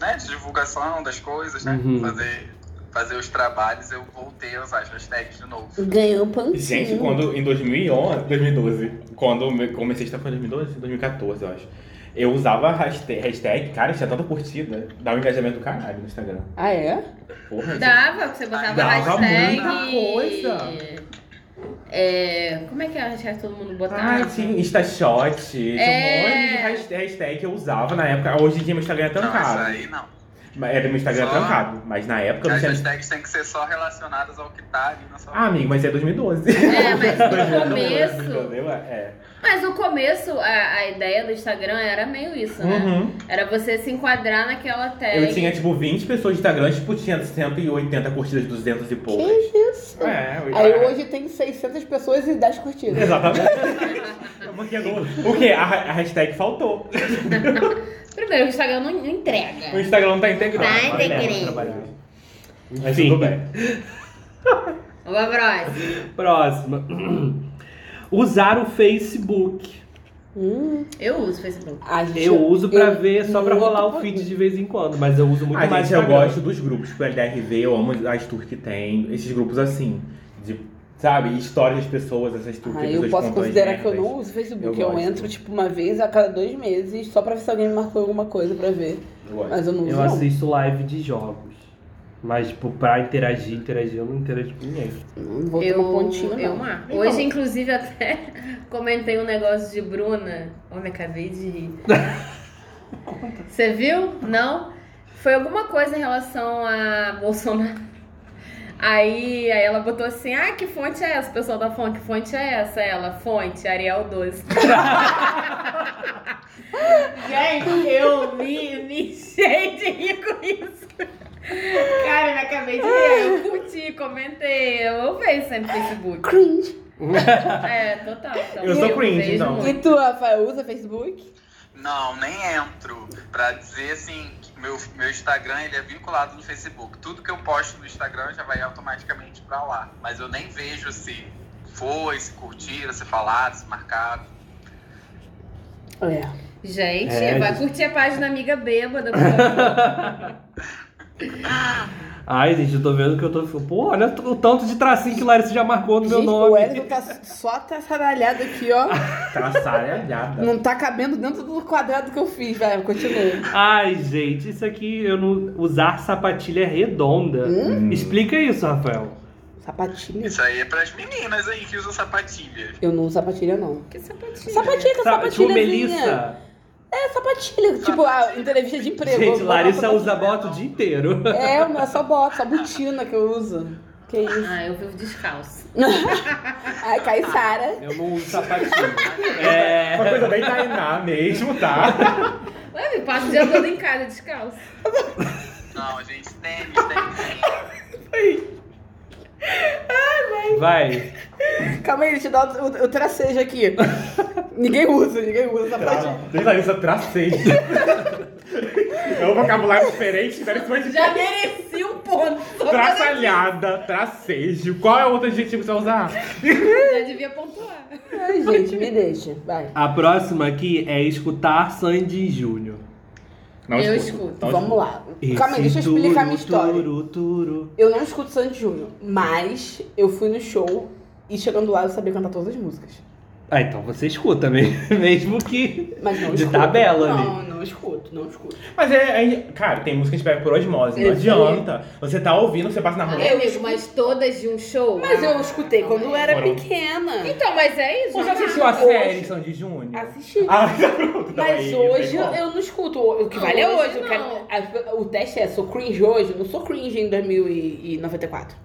né, de divulgação das coisas, né?
Uhum.
Fazer, fazer os trabalhos, eu voltei a usar as hashtags de novo.
Ganhou um pantinho.
Gente, quando em 2011, 2012, quando eu comecei a estar foi em 2012, 2014, eu acho. Eu usava a hashtag, hashtag, cara, tinha tanta curtida, dava um engajamento do caralho no Instagram.
Ah, é?
Porra,
Dava, você botava
Dava
hashtag.
muita coisa.
É, como é que é a hashtag que todo mundo botava?
Ah, tinha Instashot, tinha
É.
um monte de hashtag, hashtag que eu usava na época. Hoje em dia meu Instagram é
não,
trancado.
essa aí não.
Mas Era meu Instagram
Só.
trancado. Mas na época eu não
As
tinha.
hashtags têm que ser só relacionadas ao que tá ali na sua
é? Ah, amigo, mas é 2012.
É, mas
(laughs)
no
2012,
começo-
2012, É.
Mas no começo, a, a ideia do Instagram era meio isso, né? É,
Uhum.
Era você se enquadrar naquela tag.
Eu tinha tipo 20 pessoas de Instagram, tipo, tinha 180 curtidas, 200 e
Que
poucas.
isso?
É, eu-
Aí
(laughs)
hoje tem 600 pessoas e 10 curtidas. (laughs)
Exatamente. o que? A, a hashtag faltou.
(laughs) Primeiro, o Instagram não não
O
entrega.
Instagram não tá integrado.
Tá
Olha,
integrado.
trabalhando. Mas
Enfim.
tudo bem.
Vamos pra próxima.
Próxima. (clears throat) Usar o Facebook.
Hum.
Eu uso Facebook.
Ah, gente,
Eu uso pra
eu-
ver, só pra
muito
rolar o
pouco.
feed de vez em quando, mas eu uso muito
Ah,
mais
gente, eu
Instagram.
gosto dos grupos, tipo LDRV, eu amo as tours que tem. Esses grupos assim, de, sabe, histórias das pessoas, essas tours
Ah,
que as
eu
pessoas
posso
contam as
considerar que eu
merdas.
não uso Facebook.
Eu
Eu,
gosto.
entro, tipo, uma vez a cada dois meses, só pra ver se alguém me marcou alguma coisa pra ver.
Eu gosto.
Mas eu assim- não uso,
Eu
não.
assisto live de jogos. Mas, tipo, pra interagir, interagir, eu não interajo com ninguém.
Não vou
eu,
tomar pontinho,
eu
não.
marco. Hoje, inclusive, até (laughs) comentei um negócio de Bruna. Homem, acabei de rir. Você viu? Não? Foi alguma coisa em relação a Bolsonaro. Aí, aí ela botou assim, ah, que fonte é essa? O pessoal da fonte, que fonte é essa? Ela, fonte, Arial 12. (laughs) Gente, eu me, me enchei de rir com isso. Cara, eu me acabei de rir. Eu curti, comentei. Eu vejo sempre Facebook.
Cringe.
É, total. total.
Eu sou cringe,
vejo
então.
muito.
E tu, Rafael, usa Facebook?
Não, nem entro. Pra dizer assim, que meu, meu Instagram ele é vinculado no Facebook. Tudo que eu posto no Instagram já vai automaticamente pra lá. Mas eu nem vejo se foi, se curtiram, se falaram, se marcaram.
É.
Gente,
É,
vai
gente.
curtir a página Amiga Bêbada. por
(laughs)
favor.
Ai, gente, eu tô vendo que eu tô. Pô, olha o tanto de tracinho que Larissa já marcou no meu
Gente,
nome.
o Wellington tá só traçaralhado aqui,
(laughs)
ó.
Traçaralhada.
Não tá cabendo dentro do quadrado que eu fiz, velho. Continua.
Ai, gente, isso aqui eu não. Usar sapatilha redonda.
Hum.
Explica isso, Rafael.
Sapatilha?
Isso aí é pras meninas aí que usam sapatilha.
Eu não uso sapatilha, não.
que sapatinho.
Sapatilha, que
Sabe, tipo,
é sapatilhazinha.
Melissa.
É, sapatilha. Tipo, a entrevista de emprego.
Gente,
Eu
Larissa
boto-
usa bota o dia inteiro.
É, o meu é só bota, só botina que eu uso. Que é isso.
Ah, eu vivo descalço.
Ai, Caissara.
(laughs) Eu não uso sapatilha. (laughs) É.
Uma coisa bem Tainá mesmo, tá?
Ué, eu passo o dia todo em casa descalço.
Não, gente, tênis, tênis, tênis.
Vai.
Calma aí, deixa eu dar o, o, o tracejo aqui. ninguém usa, ninguém usa sapatilha.
Diz Larissa traceja. É um vocabulário diferente, espero que você
Já mereci um ponto.
Traçalhada, tracejo. Qual é o outro adjetivo que você vai usar?
Já devia pontuar.
Ai, gente, me deixa. Vai.
A próxima aqui é escutar Sandy Júnior.
Não
Eu escuto.
não
Vamos lá. Calma aí, deixa eu explicar a minha história.
Turu, turu.
Eu não escuto Sandy Júnior, mas eu fui no show e chegando lá eu sabia cantar todas as músicas.
Ah, então você escuta mesmo, (laughs) mesmo que.
Mas não
De
escuto.
tabela ali.
Não, não escuto, não escuto.
Mas é, é- Cara, tem música que a gente pega por osmose, não
Existe.
adianta. Você tá ouvindo, você passa na rua.
Amigo, mas todas de um show?
Mas eu escutei quando
é
eu era
Foram.
pequena.
Então, mas é isso.
Você
né?
assistiu a série Sandy Júnior?
Assisti.
Ah, (laughs) pronto, tá
Mas
aí,
hoje
tem como.
eu não escuto. O que vale é
Não, hoje
hoje. Eu
não.
quero- a- o teste é, sou cringe hoje? Eu Não sou cringe em 2094.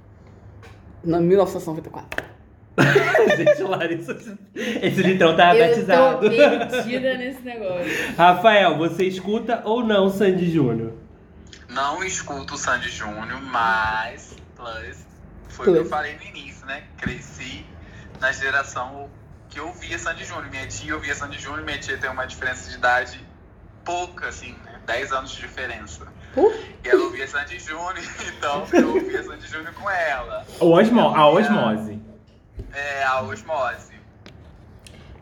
Não, 1994.
Gente, Larissa. Esse litrão tá
Eu tô
batizado.
(laughs)
perdida nesse negócio.
Rafael, você escuta ou não Sandy Júnior?
Não escuto o Sandy Júnior, mas plus, foi o que eu
Plus.
falei no início, né? Cresci na geração que eu via Sandy Júnior. Minha tia ouvia Sandy Júnior, minha tia tem uma diferença de idade pouca, assim, né? 10 anos de diferença.
Pô.
E ela ouvia Sandy Júnior, (laughs) então eu ouvia Sandy Júnior com ela.
O osmo- a osmose.
É a osmose.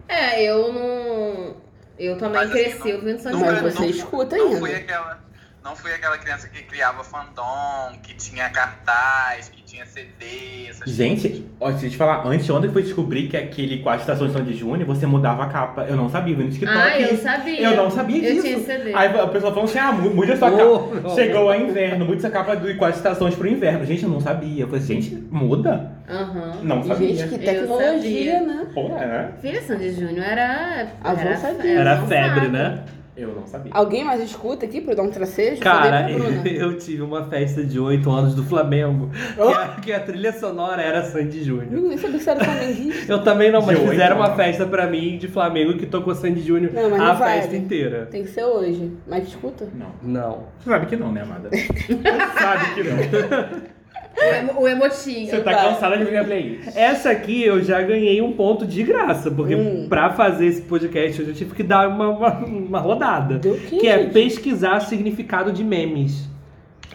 É, eu não. Eu também
Mas, assim,
cresci
não-
ouvindo Sandy
Nunca-
Mas
é,
Júnior.
você escuta
não
ainda.
Fui
é.
aquela, não fui aquela criança que criava fandom, que tinha cartaz, que tinha CD, essas coisas.
Gente, ó, deixa eu te falar, antes ontem eu fui descobrir que aquele quatro estações de Sandy Júnior, você mudava a capa. Eu não sabia, eu vi no TikTok.
Ah, eu sabia.
Eu não sabia
Eu
disso.
tinha CD.
Aí a pessoa falou assim: ah, mu- mude a sua
Oh,
capa.
não.
Chegou a inverno, mude essa capa de quatro estações pro inverno. Gente, eu não sabia. Eu falei, gente, muda?
Aham.
Não sabia.
Gente, que
Eu
tecnologia,
sabia.
né?
Pô, é, né?
Filha, Sandy Júnior era.
Avançadinha.
Era
avançada.
febre, né?
Eu não sabia.
Alguém mais escuta aqui pra eu dar um tracejo?
Cara,
Falei pra
(laughs)
Bruna.
eu tive uma festa de 8 anos do Flamengo,
Oh.
que a, que a trilha sonora era Sandy Júnior.
Eu nem sabia que você era flamenguista.
Eu também não, mas
De oito
fizeram uma
anos.
festa pra mim de Flamengo que tocou Sandy Júnior
Não, mas
a
não vale.
festa inteira.
Tem que ser hoje. Mas escuta.
Não.
Não.
Você sabe que não, né,
(laughs)
amada? Você sabe que não.
O, emo, o emotinho.
Você tá
Vai. É
cansada de ver a playlist.
Essa aqui eu já ganhei um ponto de graça, porque
Hum.
pra fazer esse podcast eu já tive que dar uma, uma, uma rodada.
Deu quê,
Que é
gente?
pesquisar significado de memes.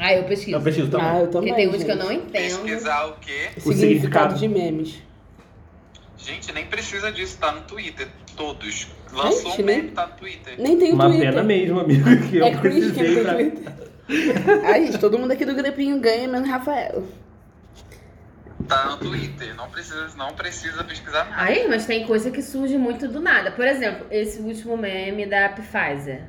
Ah, eu pesquiso.
Eu preciso
Ah,
também.
eu também.
Porque tem uns
gente.
que eu não
um
entendo.
Pesquisar o quê?
O significado.
Significado de memes.
Gente, nem precisa disso, tá no Twitter. Todos. Lançou
Gente,
um
nem-
meme, tá no Twitter.
Nem tem o
Uma
Twitter.
pena mesmo, amigo, que eu
é cringe que não
precisei
tem
pra...
Twitter. (laughs) Ai, gente, todo mundo aqui do grupinho ganha, menos Rafael.
Tá no Twitter. Não precisa, não precisa pesquisar nada.
Aí, mas tem coisa que surge muito do nada. Por exemplo, esse último meme da Pfizer.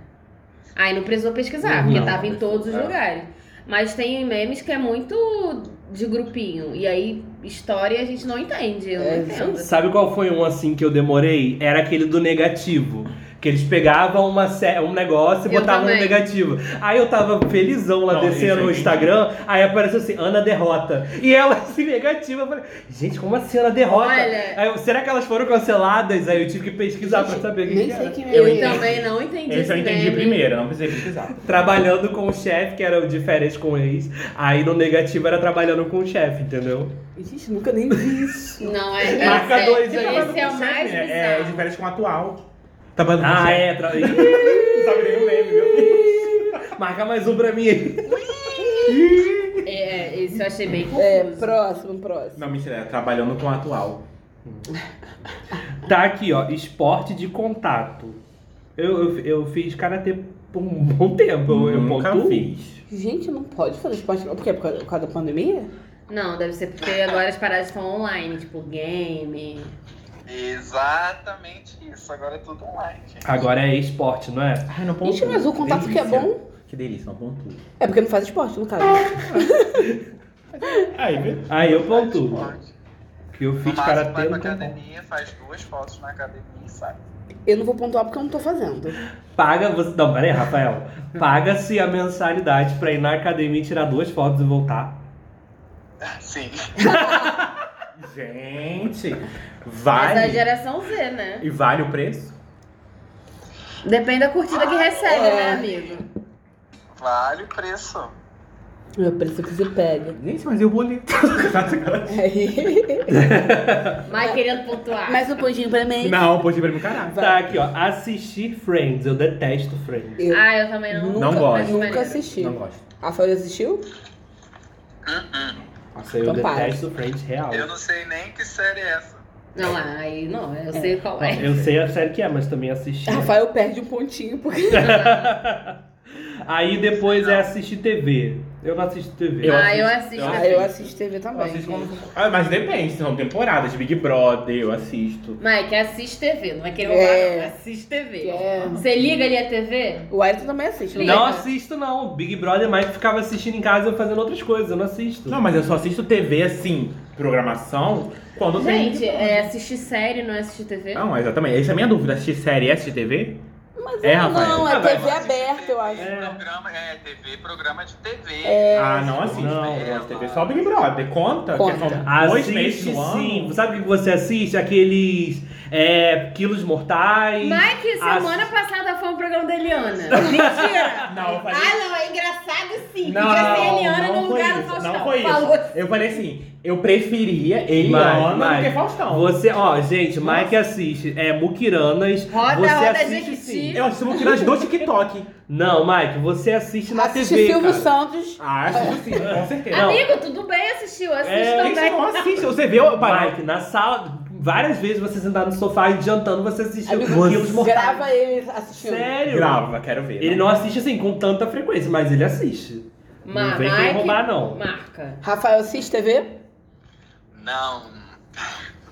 Aí não precisou pesquisar, porque
Uhum. Não,
tava em
não
todos os
precisou,
lugares. Mas tem memes que é muito de grupinho. E aí, história a gente não entende. Eu não
É,
entendo.
Sabe qual foi um assim que eu demorei? Era aquele do negativo. Que eles pegavam uma sé- um negócio e
Eu
botavam no
também.
negativo. Aí eu tava felizão lá
Não, isso
descendo
aí.
no Instagram, aí apareceu assim, Ana derrota. E ela (laughs) assim, negativa. Eu falei, gente, como assim Ana derrota?
Olha.
Aí eu, será que elas foram canceladas? Aí eu tive que pesquisar pra saber o que,
Nem
que
sei
era.
que meme
Eu
é esse.
também não entendi
Esse eu entendi
meme.
primeiro, não precisei pesquisar.
Trabalhando com o chefe, que era o de férias com o ex. Aí no negativo era trabalhando com o chefe, entendeu?
Gente, nunca nem vi isso.
Não, é esse.
Marca
é,
tipo,
dois,
esse
hein?
é, o mais
É,
bizarro.
É, de férias com o atual. Tá bom,
Ah, é. Tra...
(laughs) Não sabe nem o meme, meu
(laughs)
Deus.
Marca mais um pra mim aí.
É, esse eu achei bem confuso.
(laughs) É, próximo, próximo.
Não, mentira, é trabalhando com o atual.
Tá aqui, ó, esporte de contato. Eu, eu, eu fiz karatê por um (laughs) bom tempo. Eu, eu
Nunca
pontuo.
fiz.
Gente, não pode fazer esporte. não. Por quê? Por causa, por causa da pandemia?
Não, deve ser porque agora as paradas estão online, tipo game.
Exatamente isso. Agora é tudo online, gente.
Agora é esporte, não é?
Ai, não
Gente, mas o contato que é bom.
Que um. delícia, um não pontuo.
É porque não faz esporte, no caso. Ah, é
Aí, viu?
Aí eu
Faz
pontuo.
esporte.
Que eu
No
fiz
máximo,
karatê
vai pra
no tempo.
academia, faz duas fotos na academia e sai.
Eu não vou pontuar porque eu não tô fazendo.
Paga você. Não, peraí, Rafael. Paga-se a mensalidade pra ir na academia e tirar duas fotos e voltar.
(laughs) Sim.
Gente,
Mas é a
vale.
geração Z, né?
E vale o preço?
Depende da curtida que recebe,
É.
né, amigo?
Vale o preço.
Meu preço é que se pega.
Gente, mas e o boleto?
Mas querendo pontuar.
(laughs) Mais um pontinho pra mim.
não, pode pra mim, caralho.
Tá aqui, ó. Assistir Friends. Eu detesto Friends.
Eu
Ah, eu também não.
nunca,
Não gosto.
acho
nunca
maneiro.
assisti.
Não gosto.
Rafael assistiu?
Hum, hum.
Nossa, eu
Então para.
detesto Friends real.
Eu não sei nem que série é essa.
Não, aí não, eu sei qual é.
Eu sei a série que é, mas também assisti.
Rafael perde um pontinho porque.
Aí depois é assistir TV. Eu não assisto TV.
Eu
ah, eu
assisto.
assisto.
Eu
Ah, eu assisto TV
Eu
também.
assisto
gente.
quando... ah, mas depende, são temporadas de Big Brother, eu assisto.
(laughs) Mike, assiste TV, não é querer
É.
roubar, não. Assiste TV.
É.
Você liga ali a TV?
O Ayrton também assiste, né? não
Não
Liga.
assisto, não. Big Brother mais ficava assistindo em casa eu fazendo outras coisas. Eu não assisto.
Não, mas eu só assisto TV assim, programação, quando tem.
Gente, é assistir série, não é assistir TV?
Não, exatamente. Essa é a minha dúvida. Assistir série é assistir TV?
Mas
É,
não,
Rafael.
não, é
Ah, vai,
TV
Mas
aberta, eu acho. É.
TV, Programa, é, TV, programa de TV.
É,
ah, não é, assisto.
Não,
eu
não.
gosto de TV. Só Big Brother. Conta,
Conta.
que são dois meses
Assiste
no
sim.
ano.
Sabe o que você assiste? Aqueles é, quilos mortais.
Mike, semana
Assi-
passada foi um programa da
(laughs)
Eliana. Mentira!
Não, eu falei-
Ah, não, é engraçado sim.
Não,
Podia ser a Eliana no
não foi
lugar do
isso,
Faustão.
Não foi isso.
Falou.
Eu falei assim, eu preferia Eliana do
Mike,
que Faustão.
Você, ó, gente, Mike assiste. É Mukiranas.
Roda,
você
roda,
assiste
Jequiti.
sim.
Eu assisto Mutirões do TikTok.
Não, Mike, você assiste na
Assiste
TV.
Silvio
cara.
Santos.
Ah, assisto sim, com certeza.
Não.
Amigo, tudo bem, assistiu, assiste
É,
Por que você
também.
não assiste? Você viu? Eu parei.
Mike, na sala, várias vezes você sentar no sofá e jantando, você assistiu
Amigo,
Quilos Mortais.
grava ele assistindo.
Sério?
Grava, quero ver.
Ele não assiste assim com tanta frequência, mas ele assiste.
Ma-
não vem querer
Mike,
roubar, não.
Marca.
Rafael assiste TV?
Não.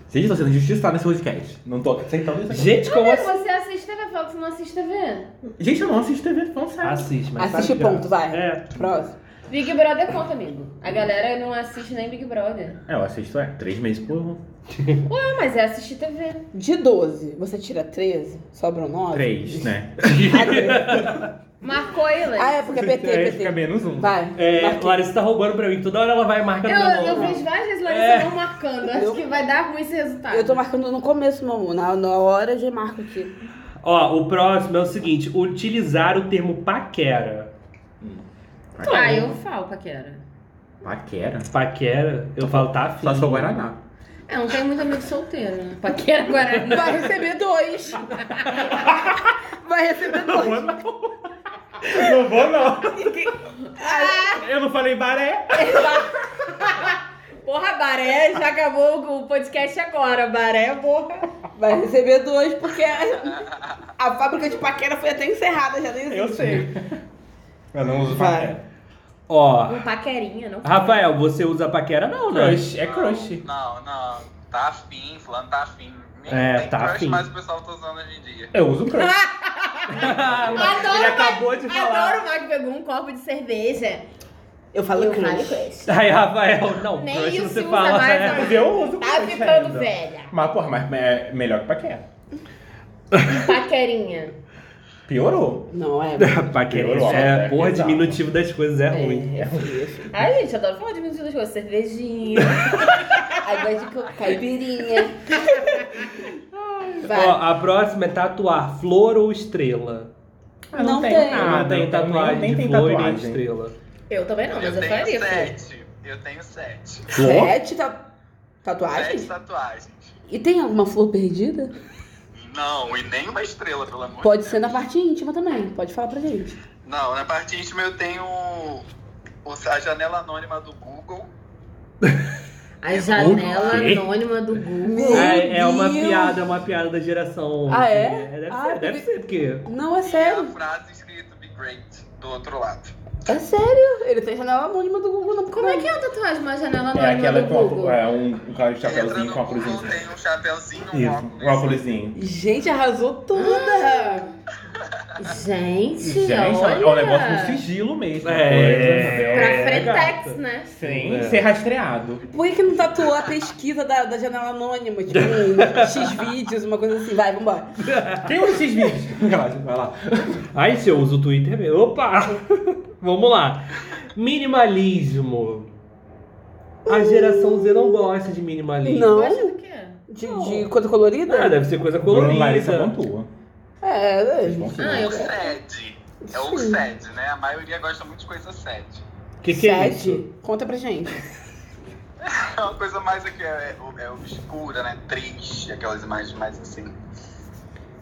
Gente, tô sendo injustiçado nesse podcast. Não tô aceitando isso. aqui.
Gente, como
Mas
assim?
você assiste TV, fala que você não assiste TV. Tá.
Gente, eu não assisto TV, tô falando sério.
Assiste, mas
Assiste
sabe que-
ponto, vai.
É.
Próximo.
Big Brother conta, amigo. A galera não assiste nem Big Brother.
É, eu assisto é, três meses por.
Ué, mas é assistir TV.
De 12, você tira 13, sobram 9? (laughs)
Três, né?
Marcou ele.
Ah, é porque é
(laughs)
PT,
Aí fica
PT.
menos um.
Vai.
É,
marquei.
Larissa tá roubando pra mim. Toda hora ela Tá vai marcando na
Eu, eu
mão.
fiz várias vezes Larissa
É.
não marcando. Acho
Eu-
que vai dar ruim esse resultado.
Eu tô marcando no começo, meu amor. Na, na hora eu já marco aqui.
Ó, o próximo é o seguinte: utilizar o termo paquera.
Ah, eu falo, Paquera.
Paquera.
Paquera, eu falo, tá afim.
Só sou Guaraná.
É, não tem muito amigo solteiro, né? Paquera Guarani.
Vai receber dois. (laughs) Vai receber
Não vou
dois.
não. Não vou não. Eu não falei baré.
(laughs) Porra, Baré, já acabou o podcast agora. Baré, porra.
Vai receber dois, porque a, a fábrica de paquera foi até encerrada, já nem existe.
Eu não uso
Vai.
paquera.
Ó,
Um paquerinha, não.
Rafael, você usa paquera não, né?
Crush, é crush.
Não, não. Tá afim, fulano tá afim. Nem
É,
tem
tá
crush,
afim.
mas o pessoal tá usando hoje em dia.
Eu uso
(laughs)
crush.
Adoro,
Ele acabou de falar.
Adoro o Mike pegou um copo de cerveja.
Eu falo
eu
crush.
falei crush.
Aí, Rafael, não,
Nem
crush
isso
você
usa
fala.
mais,
né?
não.
Mas eu uso então. crush
Tá ficando
ainda.
velha.
Mas, porra, mas é melhor que paquera.
Paquerinha.
Piorou.
Não, é.
Paquera
Piorou,
é,
é
porra,
bizarro.
diminutivo das coisas é ruim.
É, é isso.
Ai, gente, adoro falar de muitas coisas. Cervejinha.
Aí vai de ca- caipirinha. Vai.
Ó, a próxima é tatuar flor ou estrela.
Ah,
Não tem.
Eu
nada,
não tenho
eu também-
tatuagem
nem
de
tem
flor nem de
tatuagem.
estrela.
Eu também
É,
não, mas eu,
eu
faria.
tenho
né?
filho.
sete. Eu tenho sete.
Sete ta-
Sete
tatuagens?
tatuagens.
E tem alguma flor perdida?
Não, e nem uma estrela, pelo amor
Pode
de
ser na parte íntima também. Pode falar pra gente.
Deus. Não, na parte íntima eu tenho o- a janela anônima do Google.
A janela
O quê?
anônima do Google.
É, é uma
Deus.
piada, é uma piada da geração.
Ah, é?
deve
Ah,
ser, deve
porque-
ser, porque
Não, é
E a
sério.
frase escrita Be Great do outro lado.
É sério. Ele tem janela anônima do Google. Não,
Como é que é a tatuagem? Uma janela anônima
É aquela
do
com
Google.
a- é um, um cara de
Entra
chapéuzinho
no
com a
Google,
cruzinha.
tem um chapéuzinho, um
Isso,
óculos.
Um óculosinho.
Gente, arrasou toda.
Gente,
Gente,
olha.
é um negócio com sigilo mesmo.
É.
Pra
É.
Frentex,
gata.
né?
Sem
É.
ser rastreado.
Ah, Por que, que não tatuou a pesquisa da, da janela anônima? Tipo, um X vídeos, uma coisa assim. Vai, vambora.
Quem usa esses vídeos? (laughs) Vai lá.
Ai, se eu uso o Twitter mesmo. Opa! (laughs) Vamos lá. Minimalismo. A geração Z não gosta de minimalismo.
Uh. Não.
Gosta do quê?
De, de coisa colorida?
Ah, deve ser coisa
Bruno Larissa
colorida.
pontua.
É,
Vocês vão
é.
que
Ah, eu
vão.
Sede. É o
Sim.
sede, né? A maioria gosta muito de coisa sede. (laughs)
Que que é
Sede.
isso?
Conta pra gente.
É uma coisa mais que é, é obscura, né? Triste, aquelas imagens mais assim.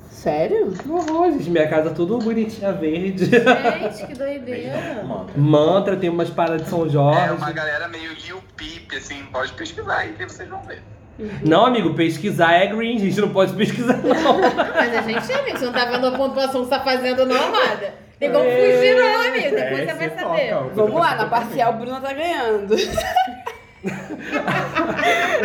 Sério?
Que horror, gente. Minha casa é tudo bonitinha verde. (laughs)
Gente, que doideira.
Mano.
Mantra, tem umas paradas de São
É
Jorge.
uma galera meio Lil Peep, assim, pode pesquisar aí que vocês vão ver.
Não, amigo, pesquisar é green, gente. Não pode pesquisar, não.
Ah, Mas a gente, amigo, você não tá vendo a pontuação que você tá fazendo, não, amada? Tem como
É,
fugir, não, amigo. Depois você vai
Esse
saber.
toca, ó.
Vamos lá, na parcial, Bruna tá ganhando.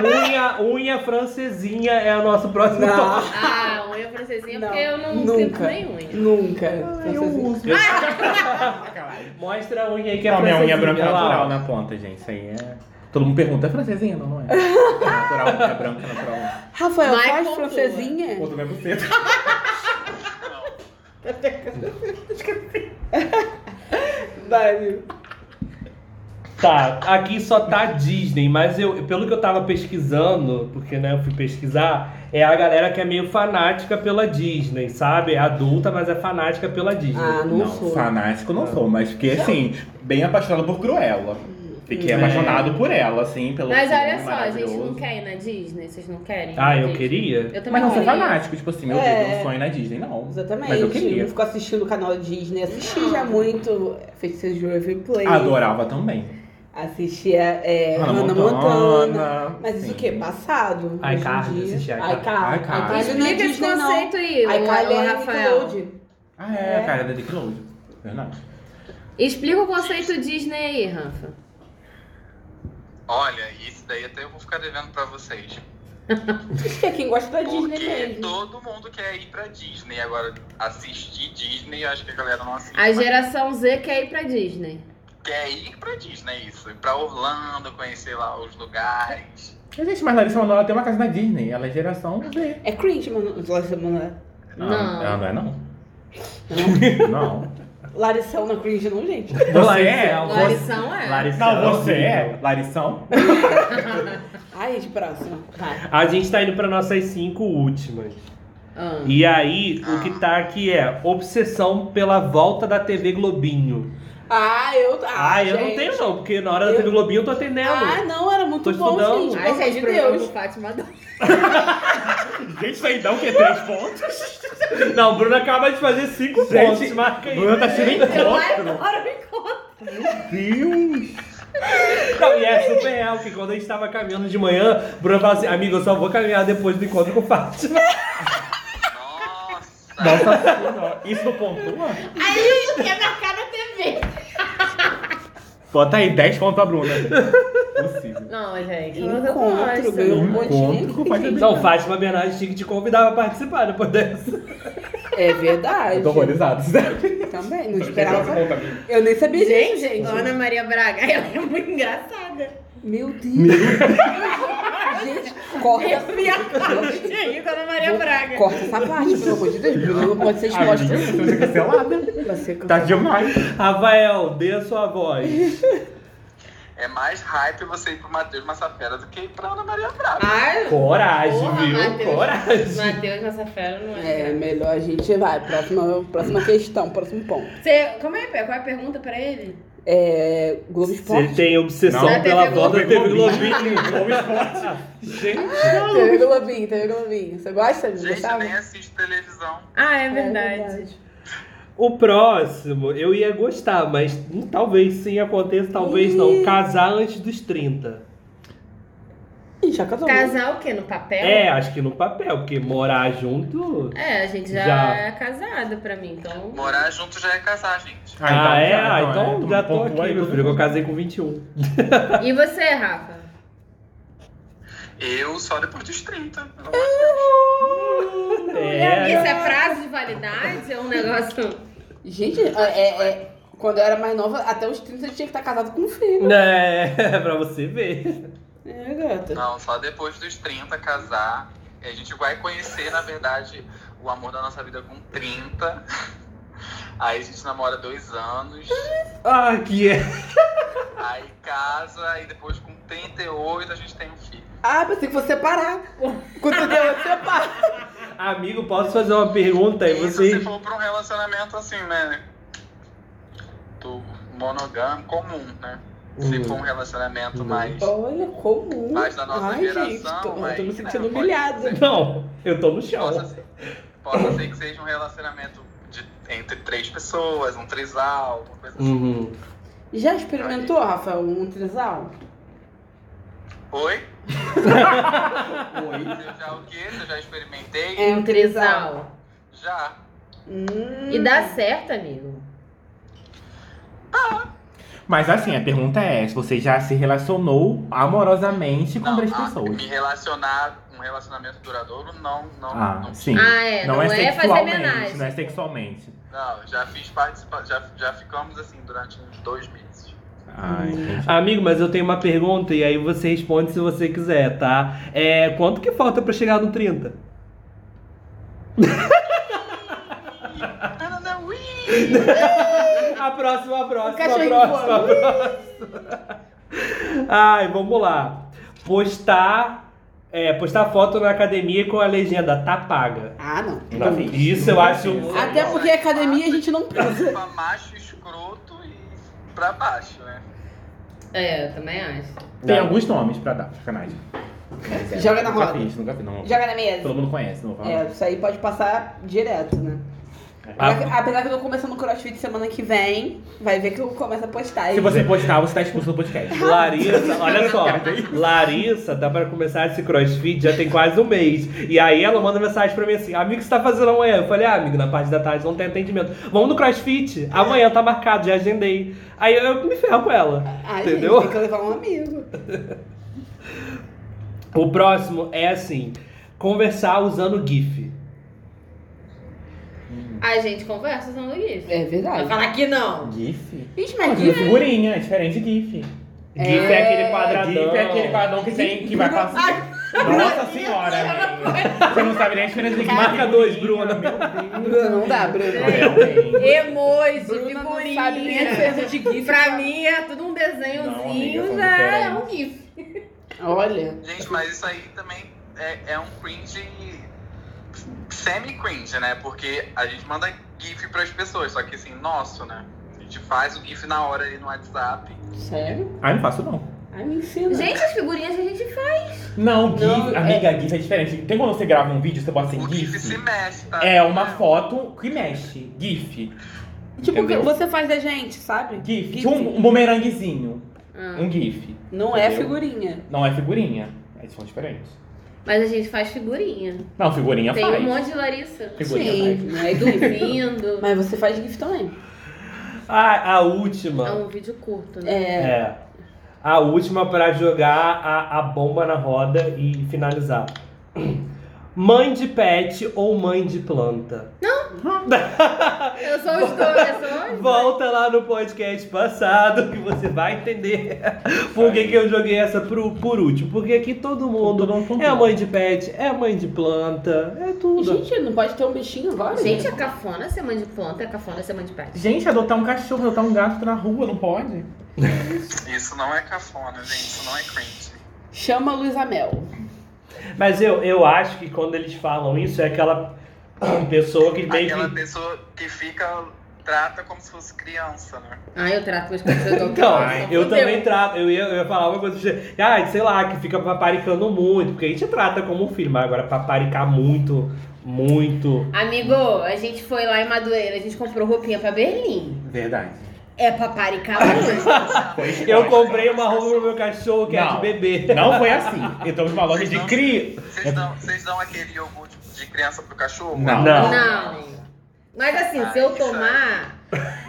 Unha, unha francesinha é o nosso próximo tópico.
Ah, unha francesinha,
Não,
porque eu não
nunca.
sinto nem um unha.
Nunca.
Ah, eu
um,
uso. Sacanagem.
Mostra a unha aí que é
Não, minha unha
francesinha,
branca é
olha lá,
natural
ó.
na ponta, gente. Isso aí é. Todo mundo pergunta, é francesinha? Não, não é. É natural, é branca, é
(laughs)
natural.
Rafael,
Vai
faz
com
francesinha?
Outro mesmo cedo.
Vai, viu?
Tá, aqui só tá Disney, mas eu, pelo que eu tava pesquisando, porque né, eu fui pesquisar, é a galera que é meio fanática pela Disney, sabe? É adulta, mas é fanática pela Disney.
Ah, não,
Não,
sou.
fanático não sou, mas fiquei assim, bem apaixonado por Cruella. Fiquei
É.
apaixonado por ela, assim, pelo
Mas
filme
olha só, a gente não
maravilhoso.
quer ir na Disney, vocês não querem? ir
Ah,
na
eu
Disney?
queria?
Eu também
Mas não sou
queria.
fanático, tipo assim, meu
É.
Deus, meu sonho na Disney, não.
Exatamente.
Mas eu queria.
Não fico assistindo o canal Disney. Assisti já muito Feiticeiro de Waverly Place.
Adorava também.
Assistia é,
Hannah
Hannah Montana.
Montana.
Mas isso
Sim.
o quê? Passado?
Ai,
Hoje em
Carly,
dia.
assistia,
Ai,
Ai,
Carly.
Carly.
Ai, Carly não é
Explica esse
Disney, não.
conceito aí,
Ai,
o,
Carly é
Rafael.
Nickelodeon.
Ah, é,
É.
a cara da Nickelodeon. Verdade.
Explica o conceito Disney aí, Rafa.
Olha, isso daí até eu vou ficar devendo pra vocês.
Acho que é quem gosta da Disney
Porque
mesmo.
todo mundo quer ir pra Disney. Agora, assistir Disney, eu acho que a galera não assiste.
A geração Z quer ir pra Disney.
quer ir pra Disney, isso. Ir pra Orlando, conhecer lá os
(laughs)
lugares.
Gente, mas Larissa Manoela tem uma casa na Disney. Ela é geração Z.
É cringe, mano. Larissa Manoela.
Não,
Não.
Ela não é, não. (laughs) Não.
Larissão não é cringe, não, gente.
Você é?
Larissão é.
Não, você é. Larissão?
Ai, de próxima. Vai.
A gente tá indo pra nossas cinco últimas.
Ah.
E aí, o que tá aqui é obsessão pela volta da TV Globinho.
Ah, eu. Ah,
Ah, eu não
gente.
tenho não, porque na hora da TV Globinho eu tô atendendo.
Ah, não, era muito
Tô
bom,
estudando.
gente. é
Ai,
Pelo amor
gente,
de
programa
Deus.
com Fátima Dom.
Gente, isso aí dá o quê? Três pontos?
(laughs) Não, o Bruno acaba de fazer cinco
Gente,
pontos, marca aí.
Bruna tá tirando
Eu
encontro.
adoro encontro.
Deus.
Não, e é super real, que quando a gente tava caminhando de manhã, o Bruno fala assim, amigo, eu só vou caminhar depois do encontro com o Fátima.
Nossa!
Nossa senhora. Isso não pontua?
Aí isso quer marcar na TV.
Bota aí 10 pontos pra Bruna. Possível.
Não, gente. eu não
Encontro,
gosto.
meu.
Um encontro com o pai da
Então,
Bruna.
Fátima Bernardes tinha que te convidar pra participar depois dessa.
É verdade.
Eu tô horrorizado, sério.
Também, não
Esse
esperava.
ponto, amigo.
Eu nem sabia
Gente,
disso.
gente, Ana Maria Braga, (laughs) ela é muito engraçada.
Meu Deus. gente, corta,
(laughs) Eu me acabo de rir com a Ana Maria Braga.
corta essa parte, pelo amor de Deus. Bruno não pode ser
Ah,
exposto
gente,
assim.
você vai ser cancelada.
Vai ser cancelado.
Tá demais.
Rafael, dê a sua voz.
É mais hype você ir pro Matheus Massafera do que ir pra Ana Maria
Tá.
Braga.
Ai,
Coragem,
porra,
viu?
Matheus.
Coragem.
Matheus Massafera não
É,
é.
melhor a gente vai. Próxima, próxima questão, próximo ponto.
Você, como é, qual é a pergunta pra ele?
É. Globo
Você
Esporte.
tem obsessão
Não.
pela
Na TV
volta da TV Globinho.
Globo Esporte.
Gente,
TV Globinho, TV Globinho. Você gosta?
Gente, eu
Gostava?
nem assisto televisão.
Ah, é
verdade.
verdade.
o próximo eu ia gostar, mas hum, talvez sim aconteça, talvez não. Casar antes dos 30.
Ih, já casou.
Casar o quê? No papel?
É, acho que no papel, porque morar junto.
É, a gente já,
Já.
é casado pra mim, então.
Morar junto já é casar, gente.
Ah, é?
já,
ah, então
é.
já tô
pontua
aqui,
aí,
meu
você
filho. Eu
pontua.
casei com 21.
E você, Rafa?
Eu só depois dos 30. pelo amor
Isso
de
É.
é prazo de validade? É um negócio.
Gente, é, é- é- quando eu era mais nova, até os 30 eu tinha que estar casado com um filho.
É, pra você ver.
É, gata.
Não, só depois dos 30 casar. E a gente vai conhecer, na verdade, o amor da nossa vida com 30. Aí a gente namora dois anos,
Ah, que é.
aí casa, e depois com 38 a gente tem um filho.
Ah, pensei que fosse (laughs) separar. Quando deu, eu separo.
Amigo, posso fazer uma pergunta? E
e se você
você.
for pra um relacionamento assim, né? Do monogâmico comum, né? Se
Hum.
for um relacionamento mais.
Olha, comum.
Mas da nossa
Ai,
geração,
gente, tô, eu tô me
mas-
sentindo
não, pode
humilhada.
ser.
Hum. Não, eu tô no chão.
Possa ser, possa ser que seja um relacionamento de- entre três pessoas, um trisal, uma coisa assim.
Uhum.
Já experimentou, Rafael, um trisal?
(laughs) Oi? Oi? Eu já é o quê? Eu já experimentei?
É, um trisal.
Trisal.
Já.
Hum.
E dá certo, amigo.
Mas assim, a pergunta é: se você já se relacionou amorosamente com
Não,
três
ah,
pessoas?
Me relacionar, um relacionamento duradouro, não, não,
Ah,
não.
sim.
Ah, é. Não, é, fazer homenagem.
Não é sexualmente.
Não, já fiz participação, já, já ficamos assim durante uns dois meses.
Ah, entendi.
Amigo, mas eu tenho uma pergunta e aí você responde se você quiser, tá? É, quanto que falta pra chegar no 30?
Tanana, ui!
A próxima, a próxima, a
cachorrinho
próxima, a próxima. Ai, vamos lá. Postar, é, postar foto na academia com a legenda tá paga.
Ah, não.
Nunca fiz.
Isso eu
Nunca
acho
fiz.
muito-
Até porque a academia a gente não precisa.
Pra macho escroto e pra baixo, né?
É, eu também acho.
Tem
Não.
alguns nomes pra dar, sacanagem. Mas é,
Joga na
nunca
roda.
Fiz, nunca fiz, não.
Joga na mesa.
Todo mundo conhece, não vou falar.
É, isso aí pode passar direto, né?
Ah,
Apesar que eu tô começando o crossfit semana que vem, vai ver que eu começo a postar.
Se você postar, você tá expulso do podcast. (laughs)
Larissa, olha só. Larissa, dá pra começar esse crossfit já tem quase um mês. E aí ela manda mensagem pra mim assim: Amigo, o que você tá fazendo amanhã? Eu falei: Ah, amigo, na parte da tarde não tem atendimento. Vamos no crossfit? Amanhã tá marcado, já agendei. Aí eu, eu me ferro com ela.
Ai,
entendeu?
Gente, tem que levar um amigo.
O próximo é assim: conversar usando GIF.
A gente conversa usando o GIF.
É
Vai
verdade.
falar que não.
GIF?
Isso,
Ah,
mas
GIF é
GIF
figurinha, é diferente de GIF.
GIF é aquele quadradão.
GIF é aquele quadrão que tem, que vai passar. Nossa senhora, amiga. Você não sabe nem a diferença de GIF.
Marca dois, Bruna.
Bruna, não dá, Bruna.
Realmente.
Emoji,
Bruna não
figurinha.
sabe nem a diferença de GIF.
Pra mim é tudo um
Não, amiga,
desenhozinho,
são
já é
diferentes.
um GIF.
Olha.
Gente, mas isso aí também é, é um cringe semi-cringe, né? Porque a gente manda GIF pras pessoas, só que assim, nosso, né? A gente faz o GIF na hora ali no WhatsApp.
Sério?
Ah, não faço não.
Ai, me ensina.
Gente, as figurinhas que a gente faz.
Não, GIF,
Não, é-
amiga, GIF é diferente. Tem quando você grava um vídeo, você bota assim,
O GIF se
GIF?
mexe, tá?
É uma foto que mexe. GIF.
tipo, o que
entendeu?
você faz da gente, sabe?
GIF. Tipo um, um bumeranguezinho. Um GIF.
Não é
Entendeu?
figurinha.
Não é figurinha. Eles são diferentes.
Mas a gente faz figurinha.
Não, figurinha
Tem
faz.
um monte de Larissa.
Figurinha
Sim,
faz.
não é GIF.
Dormindo.
(laughs) Mas você faz GIF também.
Ah, A, a
É
última.
um vídeo curto, né?
É.
É. A última pra jogar a, a bomba na roda e finalizar. (clears throat) Mãe de pet ou mãe de planta?
É.
Eu sou os dois, eu sou um
(laughs)
os dois.
Volta lá no podcast passado que você vai entender (laughs) por que, que eu joguei essa pro, por último. Porque aqui todo mundo
Todo mundo com
é
tudo.
mãe de pet, é mãe de planta, é tudo.
Gente, não pode ter um bichinho agora?
Gente, é cafona ser mãe de planta, é cafona ser mãe de pet.
Gente, adotar um cachorro, adotar um gato na rua, não pode?
Isso não é cafona, gente. Isso não é cringe.
Chama a Luísa Mel.
Mas eu, eu acho que quando eles falam isso é aquela (clears throat) pessoa que meio
Aquela
que.
pessoa que fica, trata como se fosse criança,
(laughs)
né?
Ah, eu trato meus cachorros igual
Então,
criança.
eu
Fudeu.
também trato, eu ia, eu ia falar uma coisa, assim, ah, sei lá, que fica paparicando muito, porque a gente trata como um filho, mas agora paparicar muito, muito.
Amigo, a gente foi lá em Madureira, a gente comprou roupinha pra Berlim.
Verdade.
É paparicar muito.
Eu comprei uma roupa pro meu cachorro que é de
Não.
bebê.
Não foi assim. Entramos numa loja de cri.
Vocês dão, vocês dão aquele iogurte de criança pro cachorro?
Não.
Não.
Não. Mas assim, se eu tomar,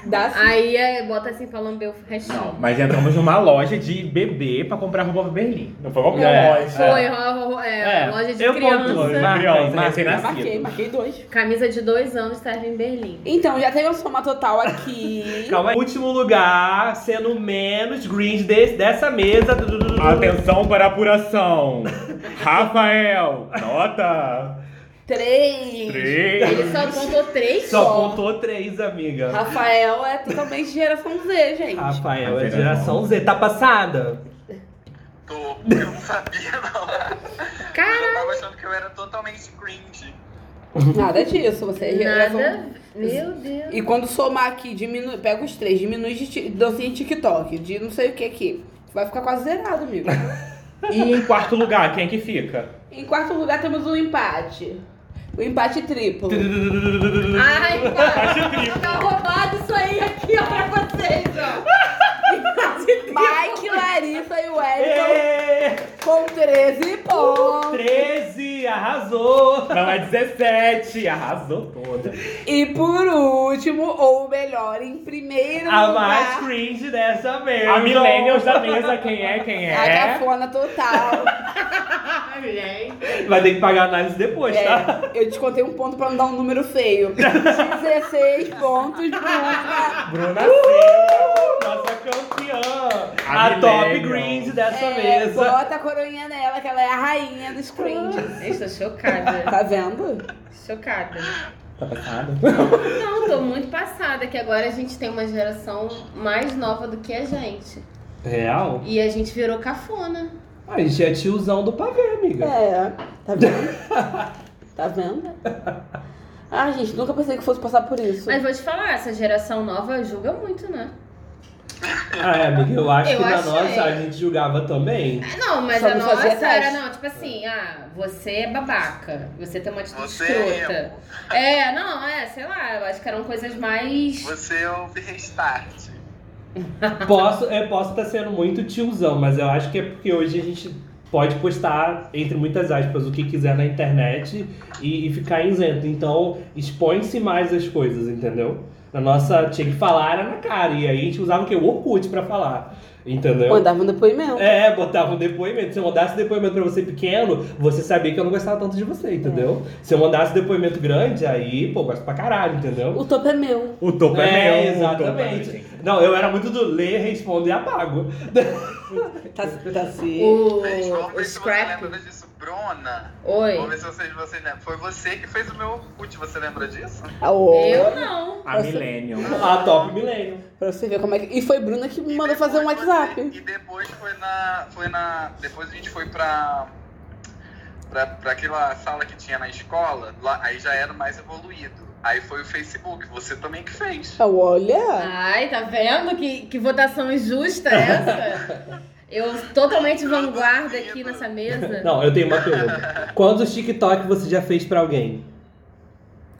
Dá sim.
aí é- bota assim pra lamber o
Não,
restinho.
mas entramos numa loja de bebê pra comprar roupa pra Berlim. Não foi qualquer
É,
loja.
Foi, ro- ro- é,
É,
loja de
eu
Foi
controlo.
criança.
Marca aí,
criança,
marca aí.
marquei,
recém-nascido.
marquei dois.
Camisa de dois anos estava em Berlim.
Então, já teve uma soma total aqui.
(laughs)
Calma aí. Último lugar, sendo o menos green desse, dessa mesa. Du- du- du- du-
Atenção para a apuração. Rafael, nota
Três.
3.
Ele só contou três
Só
só.
contou três, amiga.
Rafael é totalmente geração Z, gente.
Ah,
Rafael, é
Rafael.
geração Z. Tá passada?
Tô, eu não sabia, não.
Cara,
Eu tava achando que eu era totalmente cringe.
Nada disso, você é geração
nada. Meu Deus.
E quando somar aqui, diminui, pega os três, diminui de ti- dancinha de TikTok, de não sei o que aqui. Vai ficar quase zerado, amigo.
E em quarto lugar, quem é que fica?
em quarto lugar temos o empate. O empate triplo.
Ai,
é
cara, tá roubado isso aí aqui, ó, pra vocês, ó.
(laughs) Mike, Larissa e o Wellington
Ê,
com 13
Então,
pontos.
13, arrasou!
Não, é 17. Arrasou toda.
E por último, ou melhor, em primeiro
A mais
lugar,
cringe dessa mesa.
A Millennials da mesa, quem é, quem
a
é?
cafona total.
Ai, gente.
Vai ter que pagar a análise depois, tá?
É, eu descontei um ponto pra não dar um número feio.
(laughs)
16 pontos, Bruna.
tá
Bruna Silva.
Nossa campeã!
A
A, top
Millennial.
cringe dessa
É,
mesa.
bota a coroinha nela, que ela é a rainha dos cringes.
Estou chocada.
Tá vendo?
Chocada.
Tá passado?
Não, tô muito passada, que agora a gente tem uma geração mais nova do que a gente.
Real?
E a gente virou cafona.
A gente é tiozão do pavê, amiga.
É, tá vendo? tá vendo? Ah, gente, nunca pensei que fosse passar por isso.
Mas vou te falar, essa geração nova julga muito, né?
Ah, é, amiga, eu acho
Eu
que na
achei.
nossa a gente julgava também.
Ah, Não, mas
Só
a
não
nossa
fazia
era,
teste.
não, tipo assim, ah, você é babaca, você tem uma atitude
Você é
escrota. É, não, é, sei lá, eu acho que eram coisas mais.
Você é ouve restart.
Posso estar posso tá sendo muito tiozão, mas eu acho que é porque hoje a gente pode postar, entre muitas aspas, o que quiser na internet e, e ficar isento. Então, expõe-se mais as coisas, entendeu? Na nossa, tinha que falar, era na cara. E aí a gente usava o quê? O Orkut pra falar. Entendeu?
Mandava um depoimento.
É, botava um depoimento. Se eu mandasse depoimento pra você pequeno, você sabia que eu não gostava tanto de você, entendeu? Se eu mandasse depoimento grande, aí, pô, gosto pra caralho, entendeu?
O topo é meu.
O topo é,
é,
meu. o topo é meu,
exatamente.
gente.
não, eu era muito do ler, respondo e apago. (laughs)
Tá, tá se...
O,
Gente, vamos
o
ver se você
Scrap.
lembra disso, Bruna. Vamos
Oi.
né? ver se vocês, vocês lembram. Foi você que fez o meu Orkut, você lembra disso?
Eu não.
A Millennium.
A top milênio.
Pra você ver como é que. E foi Bruna que
E
mandou
depois
fazer um
você-
WhatsApp.
e depois foi na. Foi na. Depois a gente foi pra. Pra, pra aquela sala que tinha na escola, lá- aí já era mais evoluído. Aí foi o Facebook, você também que fez.
Olha!
Ai, tá vendo? Que, que votação injusta é essa? Eu totalmente vanguarda aqui nessa mesa.
Não, eu tenho uma pergunta. Quantos TikTok você já fez pra alguém?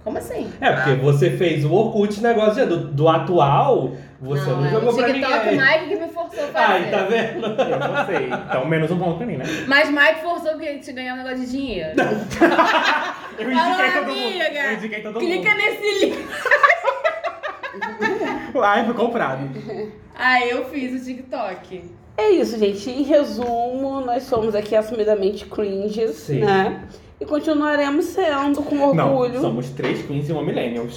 Como assim?
É, porque você fez o Orkut negócio de- do, do atual, você não,
é
jogou
o
pra
TikTok, o
ninguém.
Mike que me forçou a fazer.
Ai, tá vendo?
Eu não sei. Então, menos um ponto pra mim, né?
Mas Mike forçou porque ele te ganhou um negócio de dinheiro.
Eu
Fala,
indiquei todo mundo.
amiga.
Eu indiquei todo
Clica nesse link.
mundo. Ai, foi comprado.
Aí Ah, eu fiz o TikTok.
É isso, gente. Em resumo, nós somos aqui assumidamente cringes,
Sim.
né? E continuaremos sendo com
Não,
orgulho.
somos três queens e
(laughs)
uma Millennials.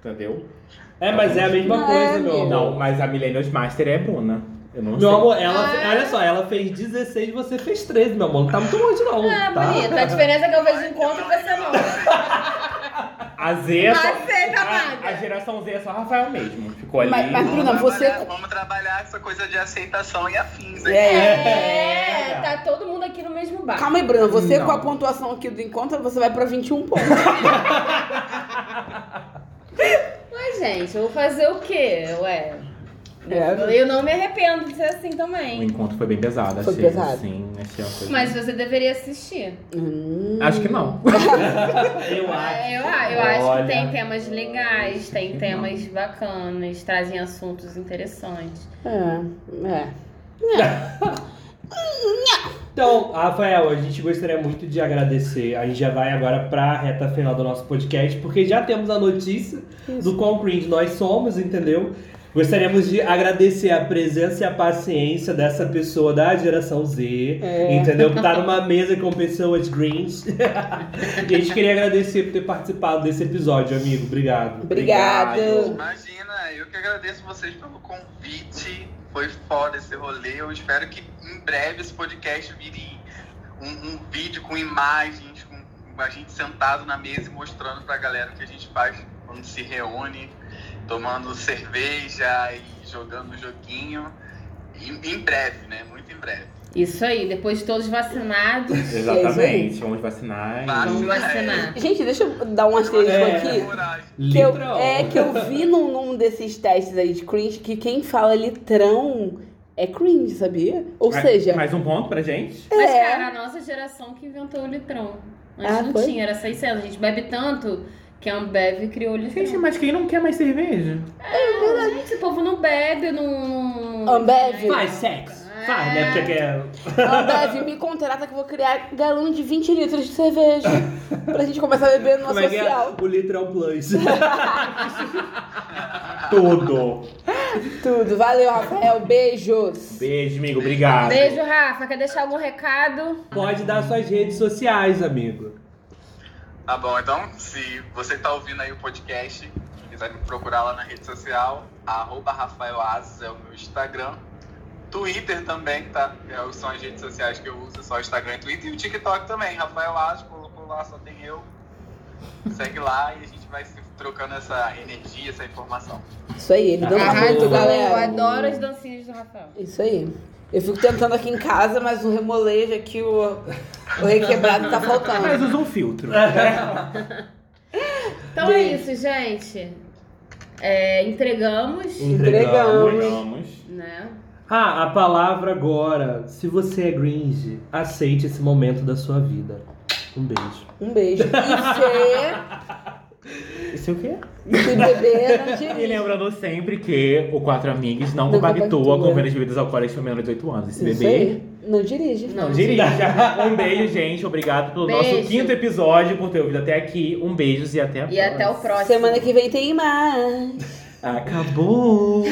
Entendeu?
É, mas é a mesma
Não,
coisa, meu
é,
amor.
amigo.
Não, mas a Millennials Master é a Bruna. Eu não
Meu
sei.
amor, ela,
Ah.
olha só, ela fez 16 você fez 13, meu amor. Não tá muito longe, não.
Ah,
tá?
bonito. A diferença é que eu vejo encontro e você não.
A Z é só...
Mas você tá
A, a
vaga.
geração Z é só Rafael mesmo. Ficou ali.
Mas- mas- Bruna, você-
trabalhar, vamos trabalhar essa coisa de aceitação e afins. hein?
É.
É, tá todo mundo aqui no mesmo bar.
Calma aí, Bruna. Você
Não.
com a pontuação aqui do encontro, você vai pra 21 pontos.
Mas, gente, eu vou fazer o quê? Ué.
É.
Eu não me arrependo de ser assim
O
também.
encontro foi bem pesado,
Foi
achei.
pesado.
Sim, achei uma coisa...
Mas você deveria assistir.
Hum.
Acho
(laughs)
que não.
Eu acho.
Eu, ah, eu acho
Olha,
que tem temas legais, tem
não.
temas bacanas, trazem assuntos interessantes.
É, é.
Então, Rafael, a gente gostaria muito de agradecer. A gente já vai agora pra reta final do nosso podcast, porque já temos a notícia do quão cringe nós somos, entendeu? Gostaríamos de agradecer a presença e a paciência dessa pessoa da geração Z,
É.
entendeu? Que tá numa mesa com pessoas greens. (laughs) e a gente queria agradecer por ter participado desse episódio, amigo. Obrigado.
Obrigada.
Obrigado.
Imagina, eu que agradeço vocês pelo convite. Foi foda esse rolê. Eu espero que em breve esse podcast vire um, um vídeo com imagens, com com a gente sentado na mesa e mostrando pra galera o que a gente faz quando se reúne, tomando cerveja e jogando um joguinho. Em, em breve, né? Muito em breve.
Isso aí, depois de todos vacinados,
Exatamente. Vamos vacinar.
Vá.
vamos vacinar.
Gente, deixa eu dar um asterisco
É.
aqui.
né? Coragem.
Que eu,
Litrão.
é que eu vi num, num desses testes aí de cringe que quem fala litrão é cringe, sabia? Ou
Mais-
seja,
Mais um ponto pra gente.
Mas,
É.
cara, a nossa geração que inventou o litrão. Antes
Ah,
não
foi?
tinha, era 600. A gente bebe tanto que a Ambev criou o
Gente,
litrão.
mas quem não quer mais cerveja?
Não, gente, esse povo não bebe, não... Né?
Ambev.
Faz sexo. Faz, né? Porque quer...
Ambev me contrata que eu vou criar galão de 20 litros de cerveja pra gente começar a beber no
Como é que é?
social.
O litrão plus.
Tudo.
Tudo. Valeu, Rafael. Beijos.
Beijo, amigo. Obrigado.
Beijo, Rafa. Quer deixar algum recado?
Pode dar suas redes sociais, amigo.
Tá bom, então se você tá ouvindo aí o podcast, quiser me procurar lá na rede social, arroba Rafael Asis é o meu Instagram. Twitter também, tá? É, são as redes sociais que eu uso, só Instagram e Twitter. E o TikTok também, Rafael Asis, colocou lá, só tem eu. Segue lá e a gente vai se trocando essa energia, essa informação.
Isso aí, ele dança
Arrasou.
muito,
Eu
galera.
adoro as dancinhas do Rafael.
Isso aí. Eu fico tentando aqui em casa, mas o remolejo aqui, o, o requebrado tá
Mas
faltando.
usa um filtro.
É.
Então é isso, gente. É, entregamos,
Vamos.
né?
Ah, a palavra agora. Se você é cringe, aceite esse momento da sua vida. Um beijo.
Um beijo. E se,
Isso é o quê?
se beber, não
(laughs) E
dirija.
lembrando sempre que o Quatro Amigos não
Não
compactua
compactua.
com vendas de bebidas alcoólicas para menores de 18 anos. Esse
Isso
bebê
aí. Não dirige.
Não.
dirija. Um beijo, gente. Obrigado pelo
Beijo.
nosso quinto episódio, por ter ouvido até aqui. Um beijo e até a
E até o próximo.
Semana que vem tem mais.
Acabou!